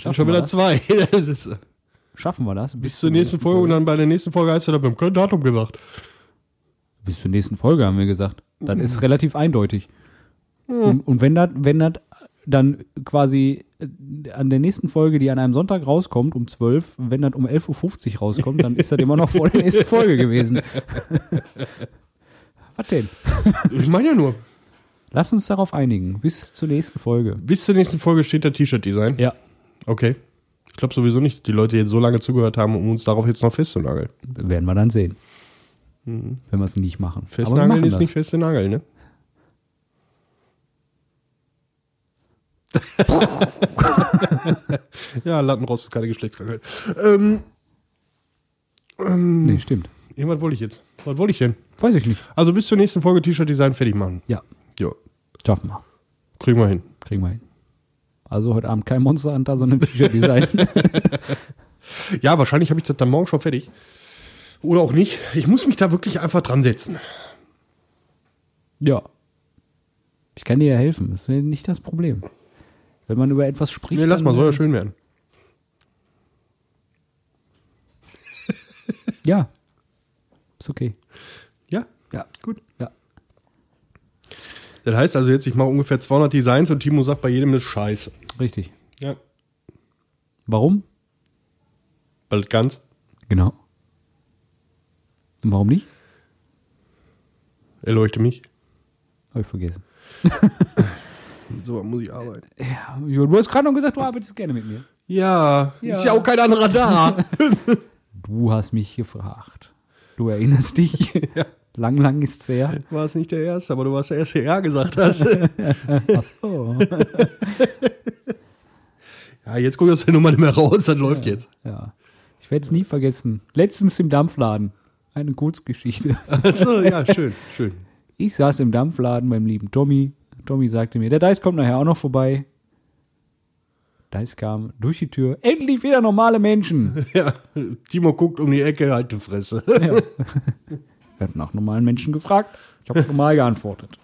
S1: Schaffen
S2: sind schon
S1: wir
S2: wieder
S1: das?
S2: zwei. Das,
S1: Schaffen wir das?
S2: bis zur nächsten Folge und dann bei der nächsten Folge heißt es, dann, wir haben kein Datum gesagt.
S1: Bis zur nächsten Folge, haben wir gesagt. Dann
S2: Mhm.
S1: ist relativ eindeutig. Und, und wenn das wenn dat dann quasi äh, an der nächsten Folge, die an einem Sonntag rauskommt, um 12, wenn das um 11.50 Uhr rauskommt, dann ist das immer noch vor der nächsten Folge gewesen. Was denn?
S2: Ich meine ja nur,
S1: Lass uns darauf einigen. Bis zur nächsten Folge.
S2: bis zur nächsten Folge steht der T-Shirt-Design.
S1: Ja.
S2: Okay. Ich glaube sowieso nicht, dass die Leute jetzt so lange zugehört haben, um uns darauf jetzt noch festzunageln.
S1: Werden wir dann sehen. Wenn wir es nicht machen. wir
S2: Mhm. Festnageln
S1: machen
S2: ist
S1: das.
S2: nicht feste Nageln, ne? ja, Lattenrost ist keine Geschlechtskrankheit. Ähm,
S1: Nee, stimmt.
S2: irgendwas wollte ich jetzt. Was wollte ich denn?
S1: Weiß ich nicht.
S2: Also bis zur nächsten Folge T-Shirt-Design fertig machen.
S1: Ja,
S2: Jo,
S1: schaffen wir.
S2: kriegen wir hin.
S1: Kriegen wir hin. Also heute Abend kein Monster Hunter, sondern T-Shirt-Design.
S2: Ja, wahrscheinlich habe ich das dann morgen schon fertig. Oder auch nicht. Ich muss mich da wirklich einfach dran setzen.
S1: ja. Ich kann dir ja helfen. Das ist ja nicht das Problem. Wenn man über etwas spricht.
S2: Nee, lass
S1: dann-
S2: mal, soll ja schön werden.
S1: Ja. Ist okay.
S2: Ja,
S1: Ja.
S2: gut.
S1: Ja.
S2: Das heißt also jetzt, ich mache ungefähr 200 Designs und Timo sagt bei jedem ist scheiße.
S1: Richtig.
S2: Ja.
S1: Warum?
S2: Bald ganz.
S1: Genau. Und warum nicht?
S2: Erleuchte mich.
S1: Habe ich vergessen.
S2: So muss ich arbeiten.
S1: Ja, du hast gerade noch gesagt, du arbeitest gerne mit mir.
S2: Ja,
S1: Ja.
S2: ist ja auch kein anderer da.
S1: Du hast mich gefragt. Du erinnerst dich. Lang, lang ist's her.
S2: War es nicht der Erste, aber du warst der Erste, der Ja gesagt hat.
S1: Ach so.
S2: ja, jetzt guck ich aus der Nummer nicht mehr raus, dann läuft jetzt.
S1: Ja. Ich werde es nie vergessen. Letztens im Dampfladen. Eine Kurzgeschichte.
S2: Also, ja, schön, schön.
S1: Ich saß im Dampfladen beim lieben Tommy. Tommy sagte mir, der Dice kommt nachher auch noch vorbei. Dice kam durch die Tür. Endlich wieder normale Menschen.
S2: Ja, Timo guckt um die Ecke, halt die Fresse.
S1: Ja. Wir hatten nach normalen Menschen gefragt. Ich habe normal geantwortet.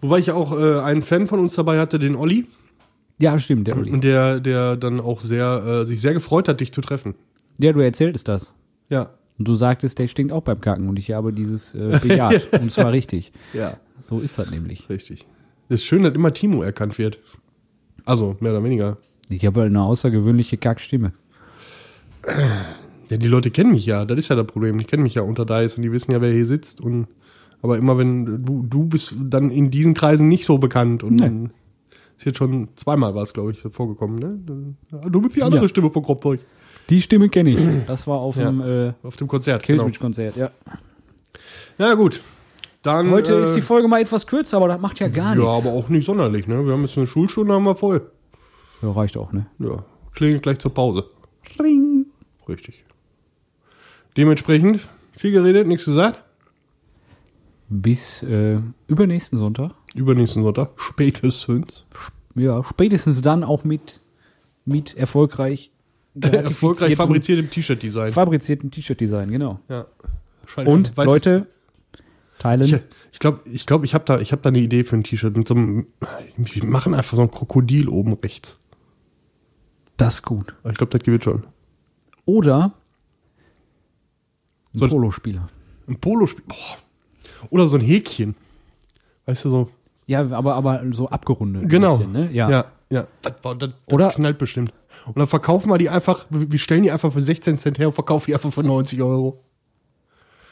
S2: Wobei ich auch äh, einen Fan von uns dabei hatte, den Olli,
S1: Ja, stimmt, der Uli.
S2: und der, der dann auch sehr, äh, sich sehr gefreut hat, dich zu treffen.
S1: Ja, du erzähltest das.
S2: Ja.
S1: Und du sagtest, der stinkt auch beim Kacken. Und ich habe dieses äh, bejaht. Und zwar richtig.
S2: Ja.
S1: So ist das nämlich.
S2: Richtig. Ist schön, dass immer Timo erkannt wird. Also, mehr oder weniger.
S1: Ich habe eine außergewöhnliche Kackstimme.
S2: Ja, die Leute kennen mich ja, das ist ja das Problem. Die kennen mich ja unter Dice und die wissen ja, wer hier sitzt. Und, aber immer wenn du, du bist dann in diesen Kreisen nicht so bekannt. Und
S1: Nee.
S2: ist jetzt schon zweimal war es, glaube ich, so vorgekommen, ne? Du bist die andere
S1: Ja.
S2: Stimme von Kropfzeug.
S1: Die Stimme kenne ich. Das war auf dem äh,
S2: Auf dem Konzert.
S1: Killswitch-Konzert. Ja.
S2: Na gut. Dann,
S1: Heute
S2: äh,
S1: ist die Folge mal etwas kürzer, aber das macht ja gar
S2: Ja,
S1: nichts.
S2: aber auch nicht sonderlich, ne? Wir haben jetzt eine Schulstunde, haben wir voll.
S1: Ja, reicht auch, ne?
S2: Ja. Klingelt gleich zur Pause.
S1: Ring.
S2: Richtig. Dementsprechend, viel geredet, nichts gesagt.
S1: Bis äh, übernächsten Sonntag.
S2: Übernächsten Sonntag, spätestens.
S1: Ja, spätestens dann auch mit, mit erfolgreich,
S2: Erfolgreich
S1: gratifiziertem-
S2: fabriziertem T-Shirt-Design.
S1: fabrizierten T-Shirt-Design, genau.
S2: Ja. Wahrscheinlich.
S1: Und
S2: Weiß-
S1: Leute, teilen.
S2: Ich glaube, ich, glaub, ich, glaub, ich habe da, ich hab da eine Idee für ein T-Shirt. Mit so einem, wir machen einfach so ein Krokodil oben rechts.
S1: das ist gut.
S2: Aber Ich glaube, das gewinnt schon.
S1: Oder ein
S2: So-
S1: Polospieler.
S2: Ein Polospiel. Boah. Oder so ein Häkchen. Weißt du, so.
S1: Ja, aber, aber so abgerundet. ein
S2: Genau.
S1: Bisschen, ne? ja.
S2: ja. ja. Das, das, das
S1: Oder-
S2: knallt bestimmt. Und dann verkaufen wir die einfach, wir wir stellen die einfach für 16 Cent her und verkaufen die einfach für 90 Euro.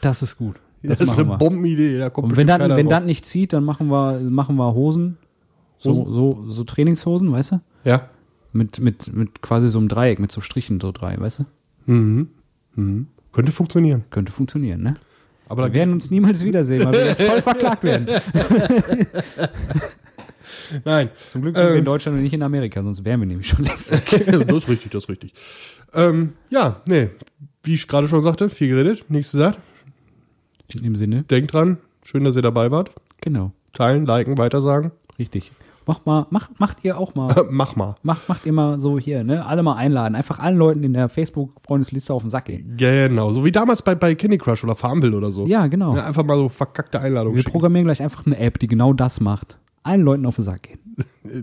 S1: Das ist gut. Das,
S2: Das, ist
S1: machen
S2: eine
S1: wir.
S2: Bombenidee. Da kommt
S1: Und wenn
S2: bestimmt
S1: dann,
S2: keiner
S1: wenn
S2: drauf.
S1: dann nicht zieht, dann machen wir, machen wir Hosen. So, so, so Trainingshosen, weißt du?
S2: Ja.
S1: Mit, mit, mit quasi so einem Dreieck, mit so Strichen, so drei, weißt du?
S2: Mhm. Mhm. Könnte funktionieren.
S1: Könnte funktionieren, ne?
S2: Aber da
S1: Wir werden uns niemals wiedersehen, weil wir jetzt voll verklagt werden.
S2: Nein.
S1: Zum Glück sind wir in
S2: Ähm.
S1: Deutschland und nicht in Amerika, sonst wären wir nämlich schon längst weg.
S2: das ist richtig, das ist richtig. Ähm, ja, nee. Wie ich gerade schon sagte, viel geredet, nichts gesagt.
S1: In dem Sinne,
S2: Denkt dran, schön, dass ihr dabei wart.
S1: genau,
S2: Teilen, liken, weitersagen.
S1: richtig. Mach mal, mach, macht ihr auch mal.
S2: Mach mal.
S1: Macht, macht immer so hier, ne? Alle mal einladen. Einfach allen Leuten in der Facebook-Freundesliste auf den Sack gehen.
S2: Genau, so wie damals bei, bei Candy Crush oder Farmville oder so.
S1: Ja, genau.
S2: Ja, einfach mal so verkackte Einladungen
S1: Wir
S2: schicken.
S1: programmieren gleich einfach eine App, die genau das macht. Allen Leuten auf den Sack gehen.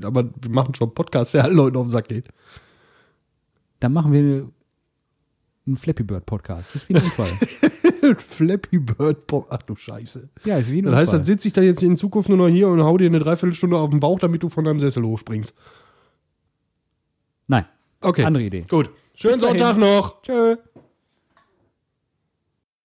S2: Aber wir machen schon einen Podcast, der allen Leuten auf den Sack geht.
S1: Dann machen wir einen Flappy Bird Podcast. Das ist wie ein Unfall.
S2: Flappy Bird Pop. Ach du Scheiße.
S1: ja, ist wie ein
S2: Das heißt, dann
S1: Unfall.
S2: sitze ich dann jetzt in Zukunft nur noch hier und hau dir eine Dreiviertelstunde auf den Bauch, damit du von deinem Sessel hochspringst.
S1: Nein.
S2: Okay.
S1: Andere Idee.
S2: Gut. Schönen
S1: Bis dahin.
S2: Sonntag noch.
S1: Tschö.